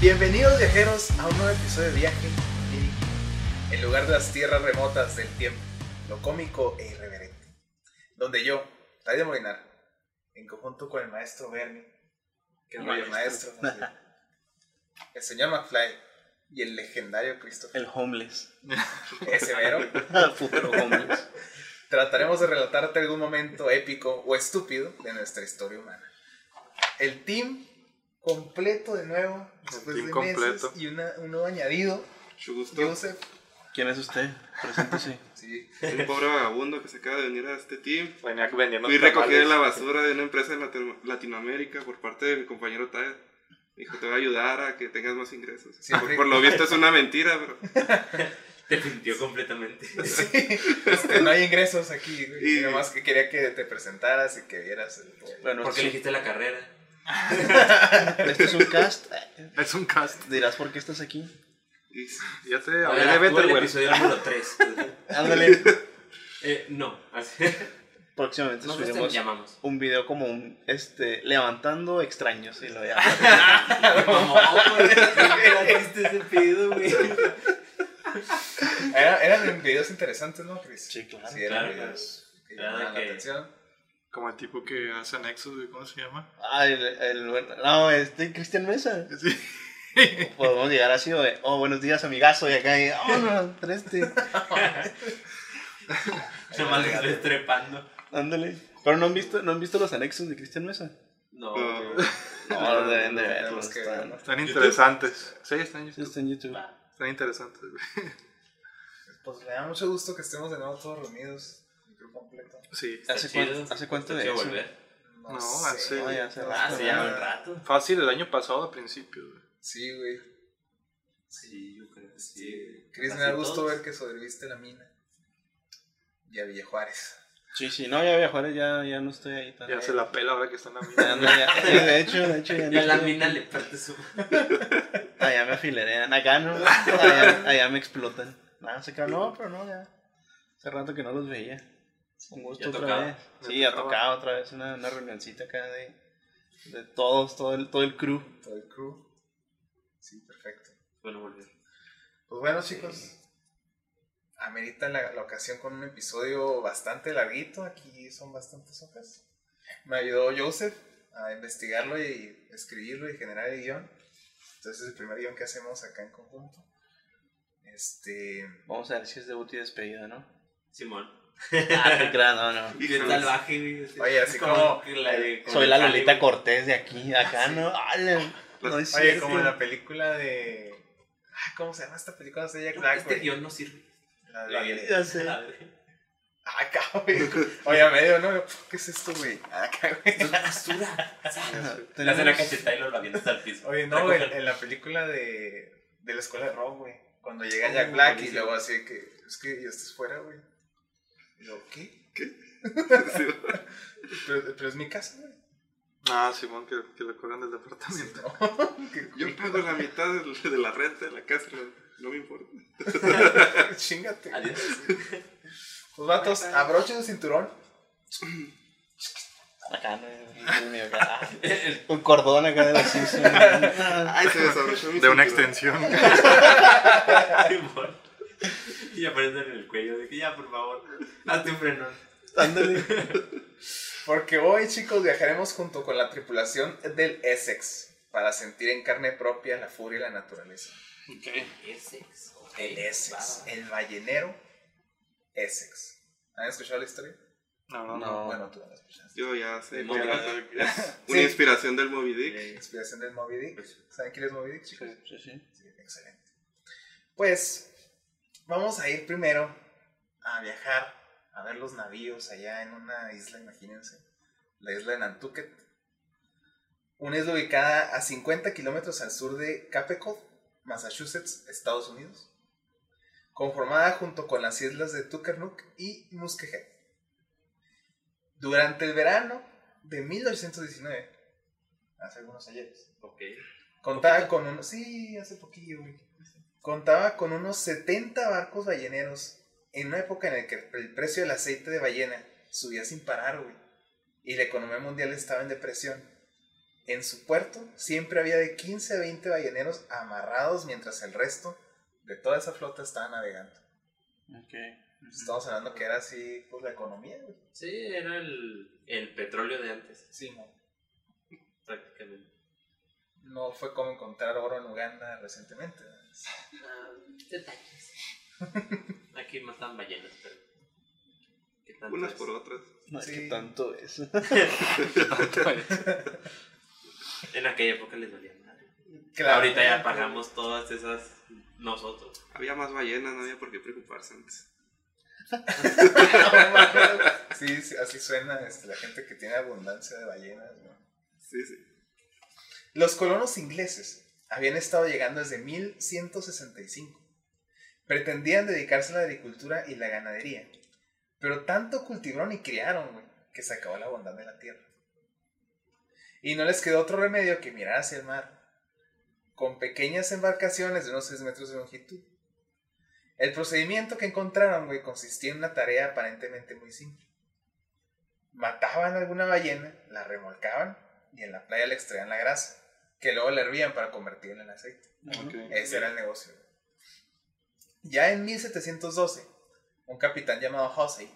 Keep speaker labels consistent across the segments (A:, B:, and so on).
A: Bienvenidos viajeros a un nuevo episodio de Viaje Lírico, el lugar de las tierras remotas del tiempo, lo cómico e irreverente, donde yo, Tadeo Molinar, en conjunto con el maestro Bernie, que es
B: El
A: mayor maestro,
B: maestro.
A: ¿no? el señor McFly y el legendario Christopher,
C: El homeless.
A: ese mero,
C: Puro homeless.
A: trataremos de relatarte algún momento épico o estúpido de nuestra historia humana. El team completo de nuevo, después
B: team
A: de meses
B: completo.
A: y una- un nuevo añadido,
B: Mucho gusto.
A: Joseph.
C: ¿Quién es usted? Preséntese.
A: Sí.
D: Soy un pobre vagabundo que se acaba de unir a este team.
B: Venía vendiendo
D: Fui recogido
B: tamales.
D: la basura de una empresa en Latino- Latinoamérica por parte de mi compañero Ted. Dijo, te voy a ayudar a que tengas más ingresos.
A: Siempre-
D: Por lo visto es una mentira, pero...
B: Te mintió completamente.
A: Este, no hay ingresos aquí. güey.
D: Y-
A: Nomás que quería que te presentaras y que vieras. el-
C: Bueno,
B: ¿Por qué
C: este,
B: elegiste la carrera?
C: este es un cast. Eh,
E: Es un cast.
C: Dirás por qué estás aquí.
D: Y-
E: Ya te
B: A ver,
E: hablé
B: actúa
E: de
B: Ah, el
E: Betterware.
B: episodio número 3.
C: Ándale.
B: eh, no, así.
C: Próximamente
B: Nosotros te
C: subiremos
B: llamamos.
C: un video como un, este, levantando extraños. Y lo voy a- "Oh,
B: Mamón, güey. "Oh, ¿Qué trajiste ese pedo, güey?
A: Era- eran videos interesantes, ¿no, Chris?
C: Sí, claro.
A: Sí, eran
B: Claro,
A: videos que
B: claro.
A: llamaban la
B: Claro que-
A: atención.
E: Como el tipo que hace anexos, güey, ¿cómo se llama?
C: Ah, el, el buen- no, este Cristian Mesa.
E: Sí.
C: Podemos llegar así, o de, oh, buenos días, amigazo. Y acá, y, oh, no, triste.
B: Nomás que estoy trepando.
C: Ándale. Pero no han visto, no han visto los anexos de Cristian Mesa.
B: No,
D: No.
B: güey.
C: No, deben de verlos.
A: Tenemos que ver, ¿no?
C: Están,
E: Están interesantes. Sí, están en
C: sí,
E: YouTube.
C: está en YouTube.
E: Están interesantes, güey.
A: Pues me da mucho gusto que estemos de nuevo todos reunidos. el grupo completo.
E: Sí.
B: Está
C: ¿Hace,
B: chido.
C: cuánto, ¿Hace cuánto
B: Te
C: de
B: quiero
C: eso?
B: volver.
A: No,
E: No,
A: sé,
E: hace-
A: güey,
C: hace
A: no
C: rato,
B: Hace
A: sé
B: ya
A: nada.
B: un rato.
E: Fácil el año pasado a principio, güey.
A: Sí, güey.
B: Sí, yo creo que sí.
A: Sí. Chris, me
B: Casi
A: da gusto
B: todos.
A: ver que sobreviviste a la mina. Y a Villa Juárez.
C: Sí, sí, no, ya voy a Juárez, ya, ya no estoy ahí. tan-
E: Ya se la pela ahora que están a mí.
C: Ya, no, ya- sí, de hecho, de hecho, ya
B: Y a la
C: estoy-
B: mina le parte su.
C: Allá me afilerean, acá no, allá, allá me explotan. Nada, se acá no, pero no, ya. Hace rato que no los veía. Un gusto
B: Ya
C: otra
B: tocaba,
C: vez.
E: ya
C: Sí, ya
E: tocaba.
C: tocaba otra vez una, una reunioncita acá de, de todos, todo el, todo el crew.
A: Todo el crew. Sí, perfecto.
B: Bueno, volver.
A: Pues bueno, chicos, amerita la, la ocasión con un episodio bastante larguito. Aquí son bastantes hojas. Me ayudó Joseph a investigarlo y escribirlo y generar el guión. Entonces, es el primer guión que hacemos acá en conjunto. Este.
C: Vamos a ver si es debut y despedida, ¿no?
B: Simón.
C: Ah, qué gran, no, no.
B: Bien salvaje, güey. así.
A: Oye, así como-
B: que la de- como
C: Soy la
B: Harley,
C: Lolita
B: güey.
C: Cortés de aquí, de acá, ¿no? Ah, la- no es
A: Oye, como
C: cierto.
A: en la película de. Ah, ¿Cómo se llama esta película? No sé, Jack
B: Creo que
A: Black,
B: Este
A: güey.
B: guión no sirve.
A: La
B: La
A: de-
C: Ya sé.
B: A ver.
A: Ah, cabrón. Oye, a medio, ¿no? ¿Qué es esto, güey? Ah, cabrón.
B: Es basura. Le
C: Tenemos-
B: hacen la cacheta y lo avientas al piso.
A: Oye, no, güey, en, la película de, de la escuela de rock, güey. Cuando llega Jack Black y
B: buenísimo.
A: luego así de que, es que ya estás fuera, güey. Y luego, ¿qué? Pero, pero es mi casa, güey.
E: Ah, Simón, que, que lo corran del
A: Sí,
E: departamento.
A: ¿no? Qué
D: Ah, Yo pago la mitad del- de, la renta de la casa, no, no me importa.
A: culo, Chingate. güey.
B: Adiós.
A: Pues vatos, abrochen el cinturón.
C: Acá, no, no, no, acá. Ah, Un cordón acá de la cinta.
D: Ay, se desabrochó mi
E: De una
D: cinturón.
E: extensión.
B: Simón. Y aparecen en el cuello de que ya, por favor, hazte un frenón.
C: Ándale.
A: Porque hoy, chicos, viajaremos junto con la tripulación del Essex. Para sentir en carne propia la furia y la naturaleza.
B: Essex. ok,
A: El Essex.
B: va.
A: El ballenero Essex. ¿Han escuchado la historia?
E: No, no, no.
C: No.
A: Bueno, tú no la escuchaste.
D: Yo ya sé.
B: No,
D: ya-
B: ya-
D: ya-
A: Sí.
D: Una inspiración del Moby Dick.
B: Eh,
A: Inspiración del Moby Dick. ¿Saben quién es Moby Dick, chicos?
C: Sí, sí.
A: Sí, excelente. Pues vamos a ir primero a viajar a ver los navíos allá en una isla, imagínense. La isla de Nantucket. Una isla ubicada a 50 kilómetros al sur de Capecod, Massachusetts, Estados Unidos. Conformada junto con las islas de Tuckernut y Muskeget. Durante el verano de 1919, hace algunos ayeres,
B: ok.
A: Contaba con unos. Sí, hace poquillo, güey. Contaba con unos 70 barcos balleneros. En una época en la que el precio del aceite de ballena subía sin parar, güey. Y la economía mundial estaba en depresión. En su puerto siempre había de 15 a 20 balleneros amarrados mientras el resto de toda esa flota estaba navegando.
C: Ok.
A: Estamos hablando que era así, pues la economía, güey.
B: Sí, era el, el petróleo de antes,
A: Sí, no.
B: prácticamente.
A: No fue como encontrar oro en Uganda recientemente. ¿no?
B: Ah, detalles. Aquí matan ballenas, pero. ¿Qué tanto
D: Unas
B: es?
D: por otras.
C: No, es
A: Sí.
C: que tanto es.
B: En aquella época les valía madre.
A: Claro,
B: Ahorita
A: ¿no?
B: ya pagamos todas esas nosotros.
D: Había más ballenas, no había por qué preocuparse antes.
A: sí, sí, así suena este, la gente que tiene abundancia de ballenas. ¿no?
D: Sí, sí.
A: Los colonos ingleses habían estado llegando desde 1165. Pretendían dedicarse a la agricultura y la ganadería, pero tanto cultivaron y criaron güey, que se acabó la bondad de la tierra. Y no les quedó otro remedio que mirar hacia el mar, con pequeñas embarcaciones de unos 6 metros de longitud. El procedimiento que encontraron güey, consistía en una tarea aparentemente muy simple. Mataban a alguna ballena, la remolcaban y en la playa le extraían la grasa, que luego la hervían para convertirla en aceite.
C: Ajá.
A: Ese era el negocio. Ya en 1712, un capitán llamado Hosey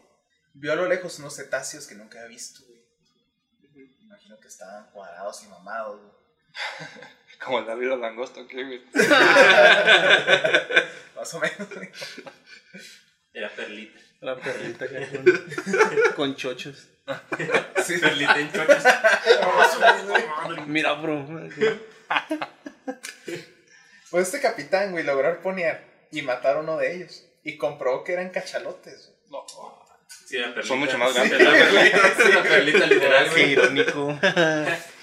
A: vio a lo lejos unos cetáceos que nunca había visto. güey. Imagino que estaban cuadrados y mamados. güey.
E: Como el David Langosta, ¿qué, güey?
A: Más o menos. güey.
B: Era perlita.
C: La perrita acá con, con chochos.
A: Sí,
B: Perlita en chochas.
C: Mira, bro.
A: Pues este capitán, güey, logró arponear y matar a uno de ellos. Y comprobó que eran cachalotes. güey.
B: Sí, era perlita.
E: Son mucho más grandes.
B: Sí, era perlita, sí, era perlita literal,
C: Qué
B: güey.
C: irónico.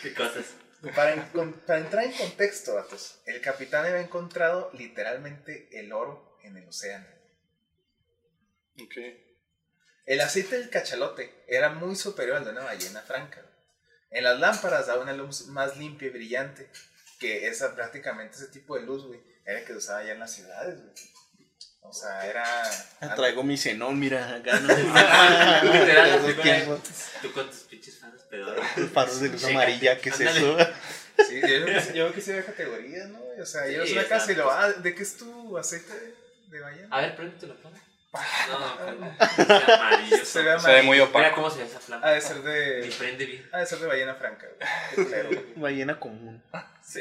B: Qué cosas.
A: Para, en- con- para entrar en contexto, vatos, el capitán había encontrado literalmente el oro en el océano.
E: Ok.
A: El aceite del cachalote era muy superior al de una ballena franca. En las lámparas daba una luz más limpia y brillante, que esa prácticamente ese tipo de luz, güey, era el que usaba ya en las ciudades, güey. O sea, era...
B: Ah,
C: Traigo mi cenón, mira, acá no.
B: Literal,
C: Esos
B: así, güey.
C: tiempos.
B: Tú con tus pinches faros pedorros.
C: Faros de luz
B: Chécate,
C: amarilla, ¿qué es
B: ándale.
C: eso?
A: Sí, yo, creo que sí- yo creo que sí había categorías, ¿no? O sea, yo
B: Sí,
A: soy casa y
B: exacto.
A: lo... Ah, ¿de qué es tu aceite de- de ballena?
B: A ver, préndete la planta. No, prende.
A: Ah. Se
B: amarillo.
A: ve
E: Se ve
A: amarillo. Ah,
E: muy
B: Mira
E: opaco.
B: cómo se ve esa
A: Ha de
B: planta.
A: ser
B: Y
A: de...
B: prende bien.
A: Ha de ser de ballena franca, güey. Qué culero, güey.
C: Ballena común.
B: Sí.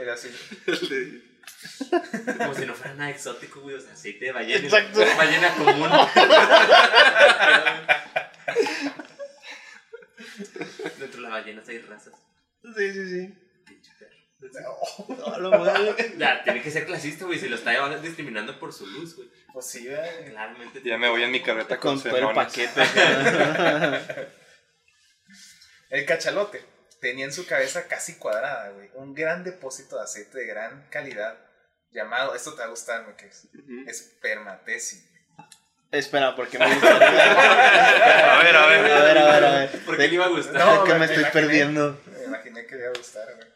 A: Era así.
D: El de-
B: Como si no fuera nada exótico, güey. O sea, aceite de ballena.
C: Exacto.
B: Ballena común. Dentro de las ballenas hay razas.
C: Sí, sí, sí.
B: Pinche perro.
A: Oh,
C: No, lo madre.
B: Ya, tiene que ser clasista, güey. Si lo está discriminando por su luz, güey.
A: Pues sí, güey.
B: Claramente.
E: Ya me voy en mi carreta con,
C: Con todo el
E: cenones.
C: paquete. acá.
A: El cachalote tenía en su cabeza casi cuadrada, güey. Un gran depósito de aceite de gran calidad llamado, esto te va a gustar, güey, que es
D: Ujú.
A: espermatesi.
C: Espera, porque me gustaría.
E: A ver, a
C: A
E: ver.
C: ver, a ver, a ver.
B: ¿Por qué le iba a gustar?
A: No,
C: que
A: me
C: me estoy
A: imaginé.
C: perdiendo.
A: Me imaginé que le iba a gustar, güey.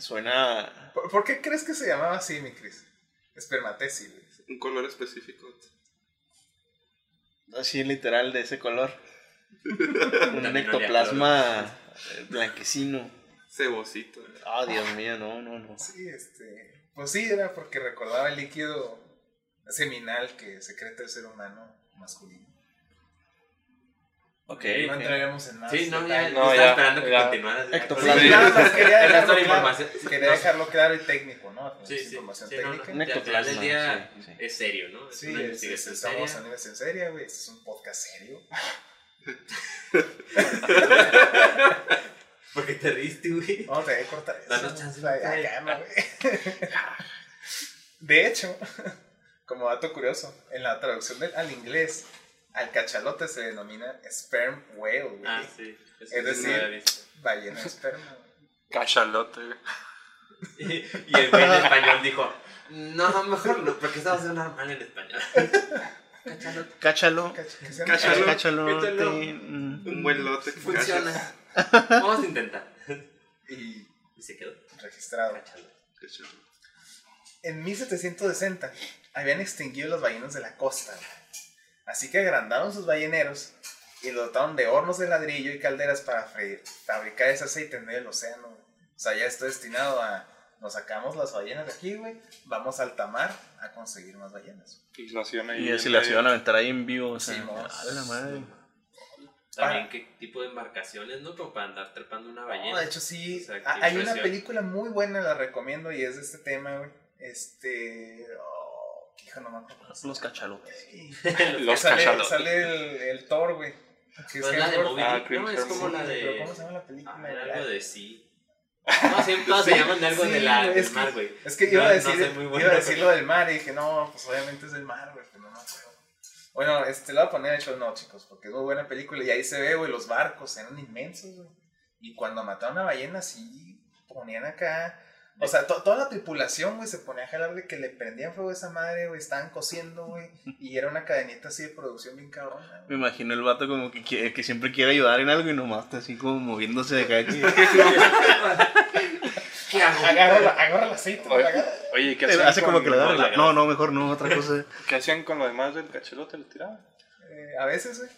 C: Suena.
A: ¿Por, por qué crees que se llamaba así, mi Cris? Espermatesi, güey.
D: Un color específico.
C: así literal de ese color. Un
B: También
C: ectoplasma eh, blanquecino.
D: Cebocito.
C: Ah, Dios mío, no, no, no.
A: Sí, este. Pues sí, era porque recordaba el líquido seminal que secreta el ser humano masculino.
C: Ok.
A: No
C: ok.
A: entraremos en más.
B: Sí, no, ya,
A: detalles.
B: yo
E: No,
B: estaba
E: ya,
B: esperando que
E: ya.
B: continuaras. ya,
C: Héctor
B: con-
C: Flavio.
A: Sí, nada más quería
B: El resto
A: dejarlo claro.
B: de información. sí,
A: Quería
B: no,
A: dejarlo claro y técnico, ¿no?
B: Sí, sí.
A: Información
B: sí, no,
A: técnica.
B: no, ya, al final del
C: Nectoplasma,
B: día
C: sí, sí.
B: es serio, ¿no? Es
A: Sí, es,
B: una
A: es,
B: investigación
A: estamos
B: seria.
A: en una en seria, güey. Este es un podcast serio.
B: ¿Por qué te riste, güey?
A: Vamos a cortar eso.
B: Danos chance,
A: La- la
B: güey.
A: gana, güey. De hecho, como dato curioso, en la traducción del- al inglés, al cachalote se denomina sperm whale, güey.
B: Ah, sí. Eso
A: Es
B: sí,
A: decir-
B: no había visto.
A: Ballena esperma. güey.
E: Cachalote, güey.
B: Y y el güey en español dijo, no, mejor no, porque eso va a sonar mal en español. Cachalote.
C: Cáchalo.
A: Cach- que sea-
D: Cachalo- Cáchalo.
C: Cáchalo.
B: Cáchalo.
C: mm.
D: Un buen lote. que cachas.
B: Funciona. Vamos a intentar.
A: Y
B: Y se quedó
A: registrado.
B: cachalote.
D: Cachas.
A: En 1760 habían extinguido las ballenas de la costa, güey. así que agrandaron sus balleneros y los dotaron de hornos de ladrillo y calderas para freír, fabricar ese aceite en medio del océano. güey. O sea, ya estoy destinado a. Nos sacamos las ballenas de aquí, güey. Vamos al tamar a conseguir más ballenas.
E: Y la hacían ahí.
C: Y si
E: en
C: las
E: medio.
C: iban a aventar ahí en vivo, o sea,
A: Sí, no.
C: a la madre.
B: También qué tipo de embarcaciones, ¿no? Como para andar trepando una
A: No,
B: ballena.
A: de hecho sí.
B: O sea, qué
A: Ha- hay una
B: impresión.
A: película muy buena, la recomiendo, y es de este tema, güey. Este. oh, hijo, no me acuerdo.
C: Los cachalotes.
E: Los
A: sale,
E: cachalotes.
A: sale el, el Thor, güey. Que
B: Pues la de
A: Hemsworth.
B: Moby
E: Ah,
B: Dick, ¿no?
E: Chris
B: Es como
E: Hemsworth.
B: la
A: Pero
B: de...
A: ¿cómo se llama la
B: Ah,
A: película?
B: era
A: güey?
B: algo de sí. No, siempre todos se
A: Sí,
B: llaman de algo de
A: sí,
B: la,
A: güey,
B: del
A: es
B: mar,
A: que-
B: güey.
A: Es que iba a
B: No, no
A: decir,
B: soy muy bueno,
A: iba a
B: pero-
A: decir lo del mar y dije, no, pues obviamente es del mar, güey, pero no me acuerdo. Bueno, este, lo voy a poner en el show, no, chicos, porque es muy buena película y ahí se ve, güey, los barcos eran inmensos, güey. Y cuando mataron a una ballena, sí, ponían acá. O sea, to- toda la tripulación, güey, se ponía a jalar de que le prendían fuego a esa madre, güey, estaban cosiendo, güey. Y era una cadenita así de producción bien cabrona,
C: Me
A: güey.
C: imagino el vato como que, que, que siempre quiere ayudar en algo y nomás está así como moviéndose de acá. que-
B: ¿Qué hago?
A: Agarra, la- agarra el aceite, güey,
E: Oye,
A: agarra.
E: Oye, ¿qué
C: Te-
E: hacían,
C: Eh, hace como
E: con-
C: que le
E: no,
C: da la...
E: la-
C: No, no, mejor no, otra cosa.
E: ¿Qué hacían con lo demás del cachelote? ¿Lo tiraban?
A: Eh, a veces, güey.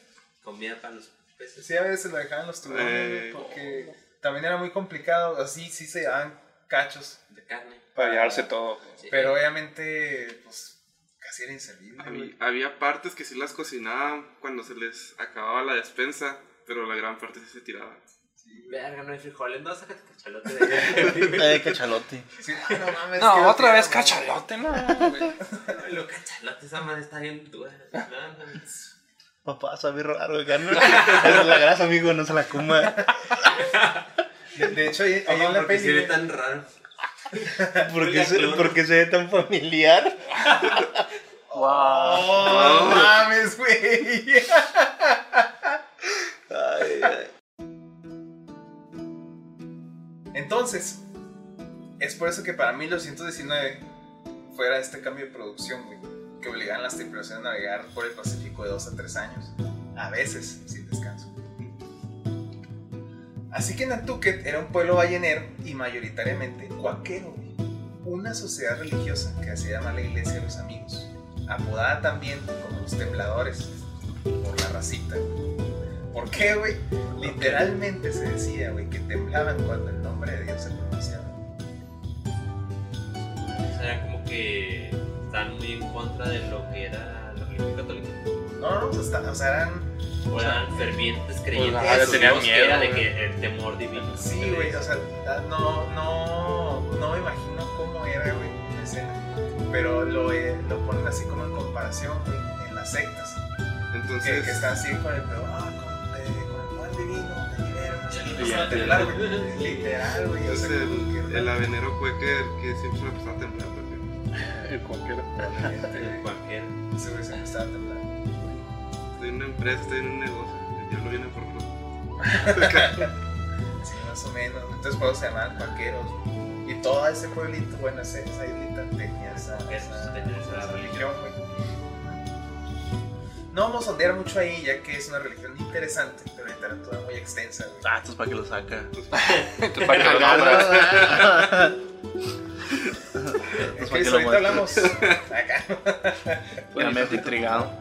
B: Comida para los peces.
A: Sí, a veces lo dejaban los tiburones, güey,
D: Eh,
A: porque también era muy complicado. Así sí se daban cachos,
B: De carne.
E: Para llevarse todo.
B: Sí.
A: pero obviamente, pues casi era inservible.
D: Había,
A: güey.
D: había partes que sí las cocinaban cuando se les acababa la despensa, pero la gran parte sí se tiraba.
B: Verga, no hay frijoles. No, sácate cachalote de
C: Eh, cachalote.
A: Sí, ah, no mames. que
E: No,
A: lo
E: otra vez
A: tiraron, güey.
E: cachalote, no. güey.
B: ahí. Lo cachalote, esa madre está bien dura. No, no.
C: Papá, sabe raro, acá no. Esa es la grasa, amigo, no se la coma.
A: De, de hecho, ahí, ahí
B: Ojo,
A: en la
B: porque
A: peli.
B: se ve
A: güey,
B: tan raro.
C: ¿Por qué se, por qué se ve tan familiar?
A: ¡Oh, no mames, güey!
C: Ay, ay.
A: Entonces, es por eso que para 1919 fuera este cambio de producción, güey, que obligaban a las tripulaciones a navegar por el Pacífico de 2 a 3 años, a veces sin descanso. Así que Nantucket era un pueblo ballenero y mayoritariamente cuaquero, güey, una sociedad religiosa que hacía llamar la Iglesia de los Amigos, apodada también como los tembladores, por la racita. ¿Por qué, güey? Literalmente se decía, güey, que temblaban cuando el nombre de Dios se pronunciaba.
B: O sea, como que están muy en contra de lo que era la religión católica.
A: No, no, pues, hasta- o sea, eran.
B: O eran fervientes creyentes.
E: ah, le
B: de su
E: tenían
B: Dios, que
E: miedo,
B: Era de
E: güey.
B: que el temor divino.
A: Sí, güey, o sea, no, no, no me imagino cómo era, güey, la escena. Pero lo, eh, lo ponen así como en comparación, güey, en las sectas. Que,
D: Entonces,
A: que están así con el pedo, ah, con, eh, con el poder divino, te libero, no sé qué, vas
B: Y
A: a
B: ya.
A: temblar, güey. Literal, güey, o sea,
D: entonces
A: como
D: el,
A: que-
D: el avenero cueque que siempre se la pasaba temblando. ¿sí?
E: El cualquiera.
B: De Cualquier.
A: Ese güey siempre estaba temblando.
D: Estoy en una empresa, estoy en un negocio, el diablo viene por mí.
A: Sí, más o menos. Entonces, por eso se llamaban vaqueros. Y todo ese pueblito, bueno, ese- esa islita tenía esa, esa-
B: tenía esa
A: esa religión, güey. No vamos a ondear mucho ahí, ya que es una religión interesante, pero literatura muy extensa, güey.
C: Ah, esto es para que lo saca.
E: Entonces, para que lo nombras.
A: Es
C: pues,
A: que
C: ¿para qué lo
A: ahorita hablamos
C: muestras?
A: acá.
C: Ya me estoy intrigado.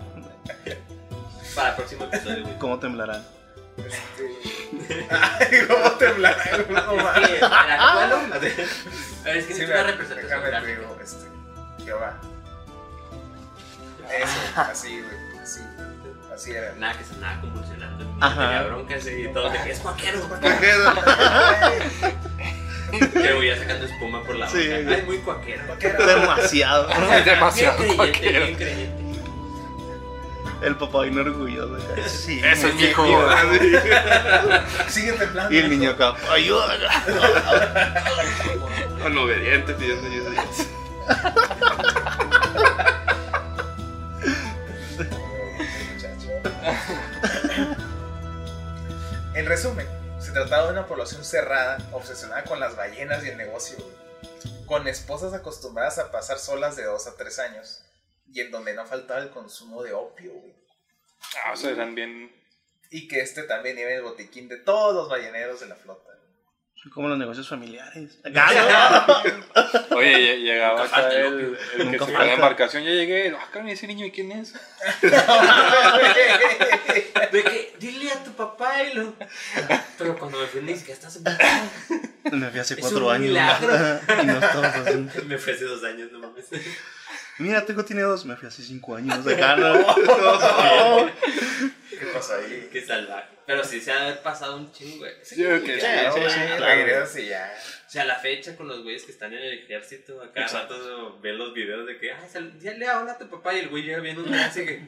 B: Para el próximo episodio, güey.
C: ¿Cómo temblarán?
A: Este... Ay, cómo temblar, no mames.
B: Sí, ¿para cuál? Es que
A: Sí,
B: es
A: mira,
B: una representación
A: déjame te
B: gráfica.
A: digo, este, Jehová.
C: Ah.
A: Eso, así, güey, así, así era.
B: Nada, que se andaba convulsionando.
C: Ajá.
B: Tenía broncas y todo. De que es cualquier
A: Vaquero,
B: Que voy a sacando espuma por la boca.
C: Sí, güey.
B: Ay, muy cuaquero.
A: vaquero.
C: Demasiado.
E: Es
B: Bien
E: demasiado
B: creyente,
E: cualquiera.
B: bien creyente.
C: El papá bien orgulloso. Sí.
E: Eso es mi hijo.
A: Sigue temblando.
C: Y el niño acá, ayuda.
D: Con obediente pidiendo ayuda.
A: Muchacho. En resumen, se trataba de una población cerrada, obsesionada con las ballenas y el negocio, güey. con esposas acostumbradas a pasar solas de 2 a 3 años, y en donde no faltaba el consumo de opio, güey.
E: Ah, o sea, eran bien.
A: y que este también iba en el botiquín de todos los balleneros de la flota. güey.
C: Como los negocios familiares. Acá, Ah, ¿no?
E: Oye, lle- llegaba
B: Nunca
E: acá
B: falta el
E: el,
B: obvio.
E: el que
C: Nunca
E: se fue a la
C: falta.
E: embarcación. Ya llegué. Ah, cabrón, ¿y ese niño, ¿y quién es?
B: De que, dile a tu papá y lo. Pero cuando me fui, le dije que estás
C: Me fui hace
B: Es
C: cuatro
B: un
C: años.
B: milagro.
C: y no estamos así.
B: Me fui hace dos años, no mames.
C: Mira, tengo tiene dos. Me fui hace cinco años. Acá, ¿no?
A: ¿Qué pasó ahí?
B: Qué salvaje. Pero sí se ha de haber pasado un chingo, güey.
E: Yo creo que sí.
A: Ya,
C: sí,
A: no,
C: sí,
A: ya,
C: claro.
A: regresas y ya.
B: O sea, la fecha con los güeyes que están en el ejército, acá cada rato ven los videos de que, ah, sal- ya le habla a tu papá y el güey llega viendo un así que,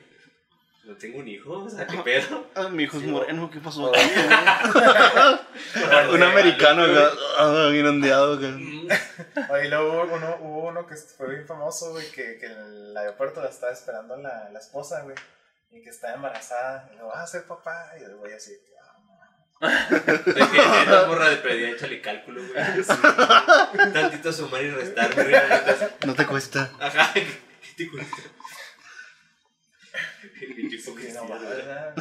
B: no tengo un hijo, o sea, qué pedo.
C: Ah, mi hijo es
B: Sí.
C: moreno. ¿Qué pasó?
B: O
C: Un
B: sea,
C: americano
B: lo-
C: acá. ah, bien ondeado. acá.
B: Mm,
A: Oye, luego hubo uno, hubo uno que fue bien famoso, güey, que, que en el aeropuerto la estaba esperando la, la esposa, güey, y que estaba embarazada, y lo vas a ser papá, y el güey así, ah, no.
B: De que la morra de perdida, échale cálculo, güey. Tantito sumar y restar, güey. Entonces,
C: No te cuesta.
B: Ajá, ¿qué te cuesta? Pinche
A: Sí,
B: hipocresía,
A: no,
B: güey.
A: ¿verdad?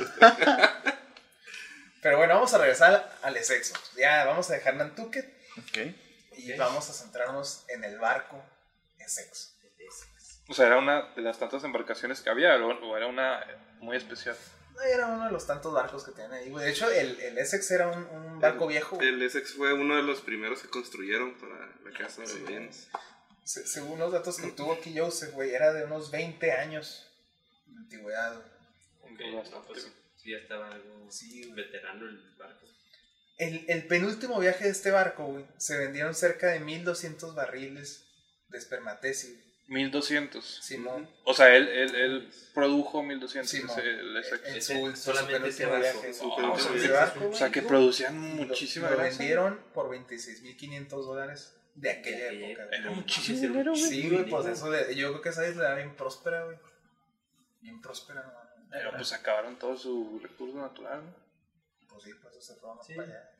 A: Pero bueno, vamos a regresar al sexo. Ya vamos a dejar Nantucket
C: Ok.
A: y
B: Ok.
A: vamos a centrarnos en el barco de sexo.
E: O sea, era una de las tantas embarcaciones que había, o, o era una eh, muy especial.
A: No, Era uno de los tantos barcos que tenían ahí, güey. De hecho, el, el Essex era un, un barco viejo.
D: El Essex fue uno de los primeros que construyeron para la casa de los bienes.
A: Se- según los datos que tuvo aquí Joseph, güey, era de unos 20 años de antigüedad. güey.
B: Ok, no, pues sí, ya estaba algo
A: Sí, güey.
B: veterano el barco.
A: El, el penúltimo viaje de este barco, güey, se vendieron cerca de 1200 barriles de espermateci, güey.
E: 1200.
A: Simón.
E: O sea, él, él, él produjo 1200.
A: Sí,
E: ese-
A: no.
E: el- este ese-
A: En
B: Ese-
A: su, su
B: solamente ese
A: penúltimo
B: barco.
A: viaje.
D: Su
A: Ah,
D: penúltimo
A: o sea,
D: viaje.
A: ese barco,
E: o sea,
A: güey,
E: que
A: lo-
E: producían
A: lo-
E: muchísima
A: Lo
E: grasa.
A: vendieron por 26.500 dólares de aquella
B: Sí,
A: época.
E: Era
A: güey.
E: muchísimo dinero, güey.
A: Sí, güey, pues eso de, yo creo que esa isla era bien próspera, güey. Bien próspera, no,
E: Pero pues acabaron todo su recurso natural. ¿no?
A: Pues sí, pues se fueron
B: Sí.
A: para allá.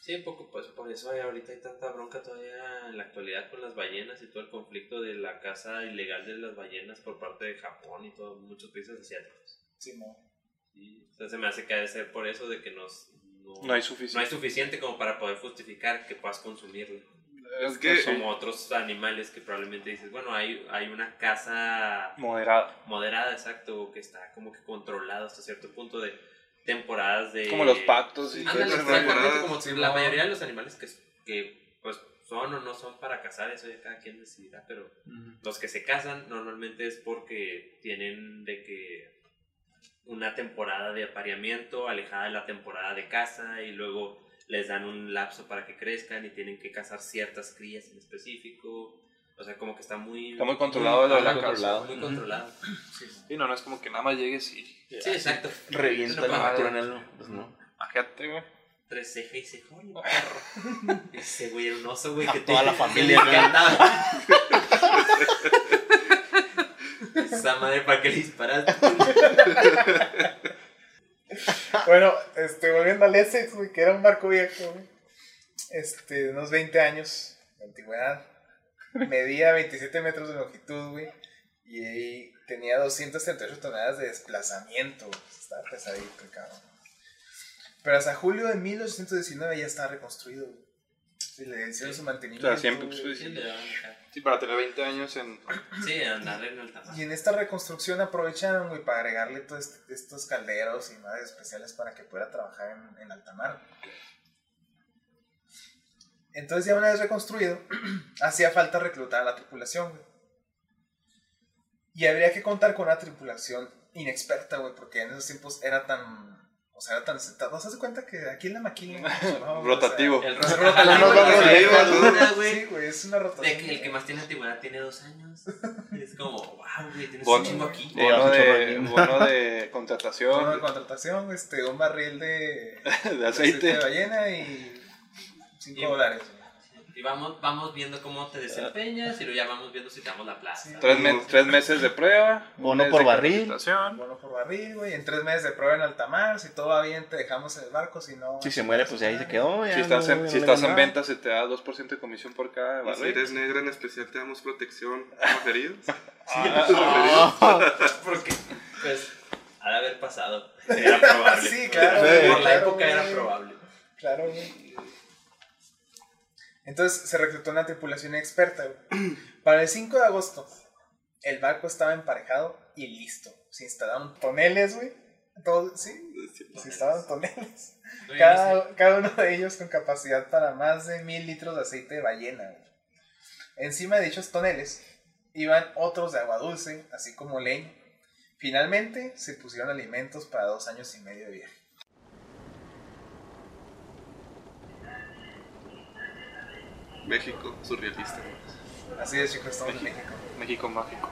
B: Sí, poco, pues por eso hay- ahorita hay tanta bronca todavía en la actualidad con las ballenas y todo el conflicto de la caza ilegal de las ballenas por parte de Japón y todo, muchos países asiáticos.
A: Simón.
B: Y, o sea, se me hace que ha de ser por eso de que nos, no,
E: No hay
B: no hay
E: suficiente.
B: suficiente como para poder justificar que puedas consumirlo.
D: Es que
B: Como
E: eh,
B: otros animales que probablemente dices, bueno, hay, hay una caza
E: Moderada.
B: moderada, exacto, o que está como que controlada hasta cierto punto de temporadas de...
E: Como los patos y todo
B: Ándale,
D: Entonces,
E: eso.
B: exactamente,
D: temporadas,
B: como
A: sí,
B: la
A: no.
B: mayoría de los animales que, que pues son o no son para cazar, eso ya cada quien decidirá, pero los que se cazan normalmente es porque tienen de que una temporada de apareamiento alejada de la temporada de caza y luego les dan un lapso para que crezcan y tienen que cazar ciertas crías en específico. O sea, como que está muy...
E: Está muy controlado lo de la casa.
B: Muy
C: Ujú.
B: controlado.
E: Y no, no es como que nada más llegues y.
B: Sí, exacto.
C: Revienta
B: Una
C: la
B: mamada.
C: naturaleza. Pues no.
E: Ajate, güey.
B: Tres ceja y cejón, perro. Ese güey era un oso, güey.
C: A
B: que
C: toda
B: te-
C: la
B: que
C: familia,
B: le
C: ¿no?
B: encantaba. Esa madre, ¿para qué le disparaste?
A: Bueno, este, volviendo al Essex, güey, que era un barco viejo, güey. Este, de unos 20 años de antigüedad. Medía 27 metros de longitud, güey. Y ahí tenía 238 toneladas de desplazamiento. güey. Estaba pesadito, cabrón. Pero hasta julio de 1819 ya estaba reconstruido, güey. Sí, le hicieron su mantenimiento.
E: O sea, siempre
A: güey.
E: pues,
B: Sí, le daban acá.
D: sí, para tener 20 años en.
B: Sí, andarle en el tamaño.
A: Y en esta reconstrucción aprovecharon, güey, para agregarle todos est- estos calderos y madres especiales para que pudiera trabajar en, en alta mar. Entonces, ya una vez reconstruido, hacía falta reclutar a la tripulación, güey. Y habría que contar con una tripulación inexperta, güey, porque en esos tiempos era tan. O sea, era tan. sentado. ¿Te das cuenta que aquí en la maquila. ¿no?
E: Rotativo.
A: O sea,
B: El
A: es
B: rostro
A: rotativo,
B: la
D: nos vamos
A: güey.
D: directo, ¿no?
B: luna,
A: Sí,
B: güey.
A: güey, es una
B: De
A: rotación.
B: que el que más tiene antigüedad tiene dos años. Es como, wow, güey, tienes
E: Bon-
B: un chingo aquí.
C: Eh,
E: Bono
C: hace
E: de,
C: chorro.
E: bono de
A: Turno de
E: contratación
A: contratación, este, un barril de,
E: de
A: de
E: aceite.
A: ballena y 5
B: Y-
A: dólares. güey.
B: Y vamos, vamos viendo cómo te desempeñas y luego ya vamos viendo si te damos la plaza.
E: Tres, me- tres meses de prueba. un
C: Bono
E: mes
C: por
E: de
C: barril.
E: capacitación.
A: Bono por barril, güey. En tres meses de prueba en alta mar. Si todo va bien, te dejamos en el barco. Si no.
C: Si se muere, pues ahí se quedó. ya
E: Si estás
C: no-
E: en,
C: ya
E: si
C: no le
E: estás en
C: ganaba.
E: venta, se te da 2% de comisión por cada
D: Y Si
E: barril.
D: eres negra en especial, te damos protección. ¿Preferidos?
E: Ah,
C: Ah,
B: Porque, pues, ha de haber pasado. Era probable.
A: Sí, claro,
B: Por
A: sí,
B: la
A: claro,
B: época era
A: güey.
B: probable.
A: Claro, güey. Entonces se reclutó una tripulación experta. güey. Para el 5 de agosto, el barco estaba emparejado y listo. Se instalaron toneles, güey. Todo- sí, se instalaron toneles.
B: No, yo no
A: Cada, cada uno de ellos con capacidad para más de mil litros de aceite de ballena. güey. Encima de dichos toneles iban otros de agua dulce, así como leña. Finalmente se pusieron alimentos para dos años y medio de viaje.
D: México, surrealista.
A: Así es, chicos, estamos en México.
E: México mágico.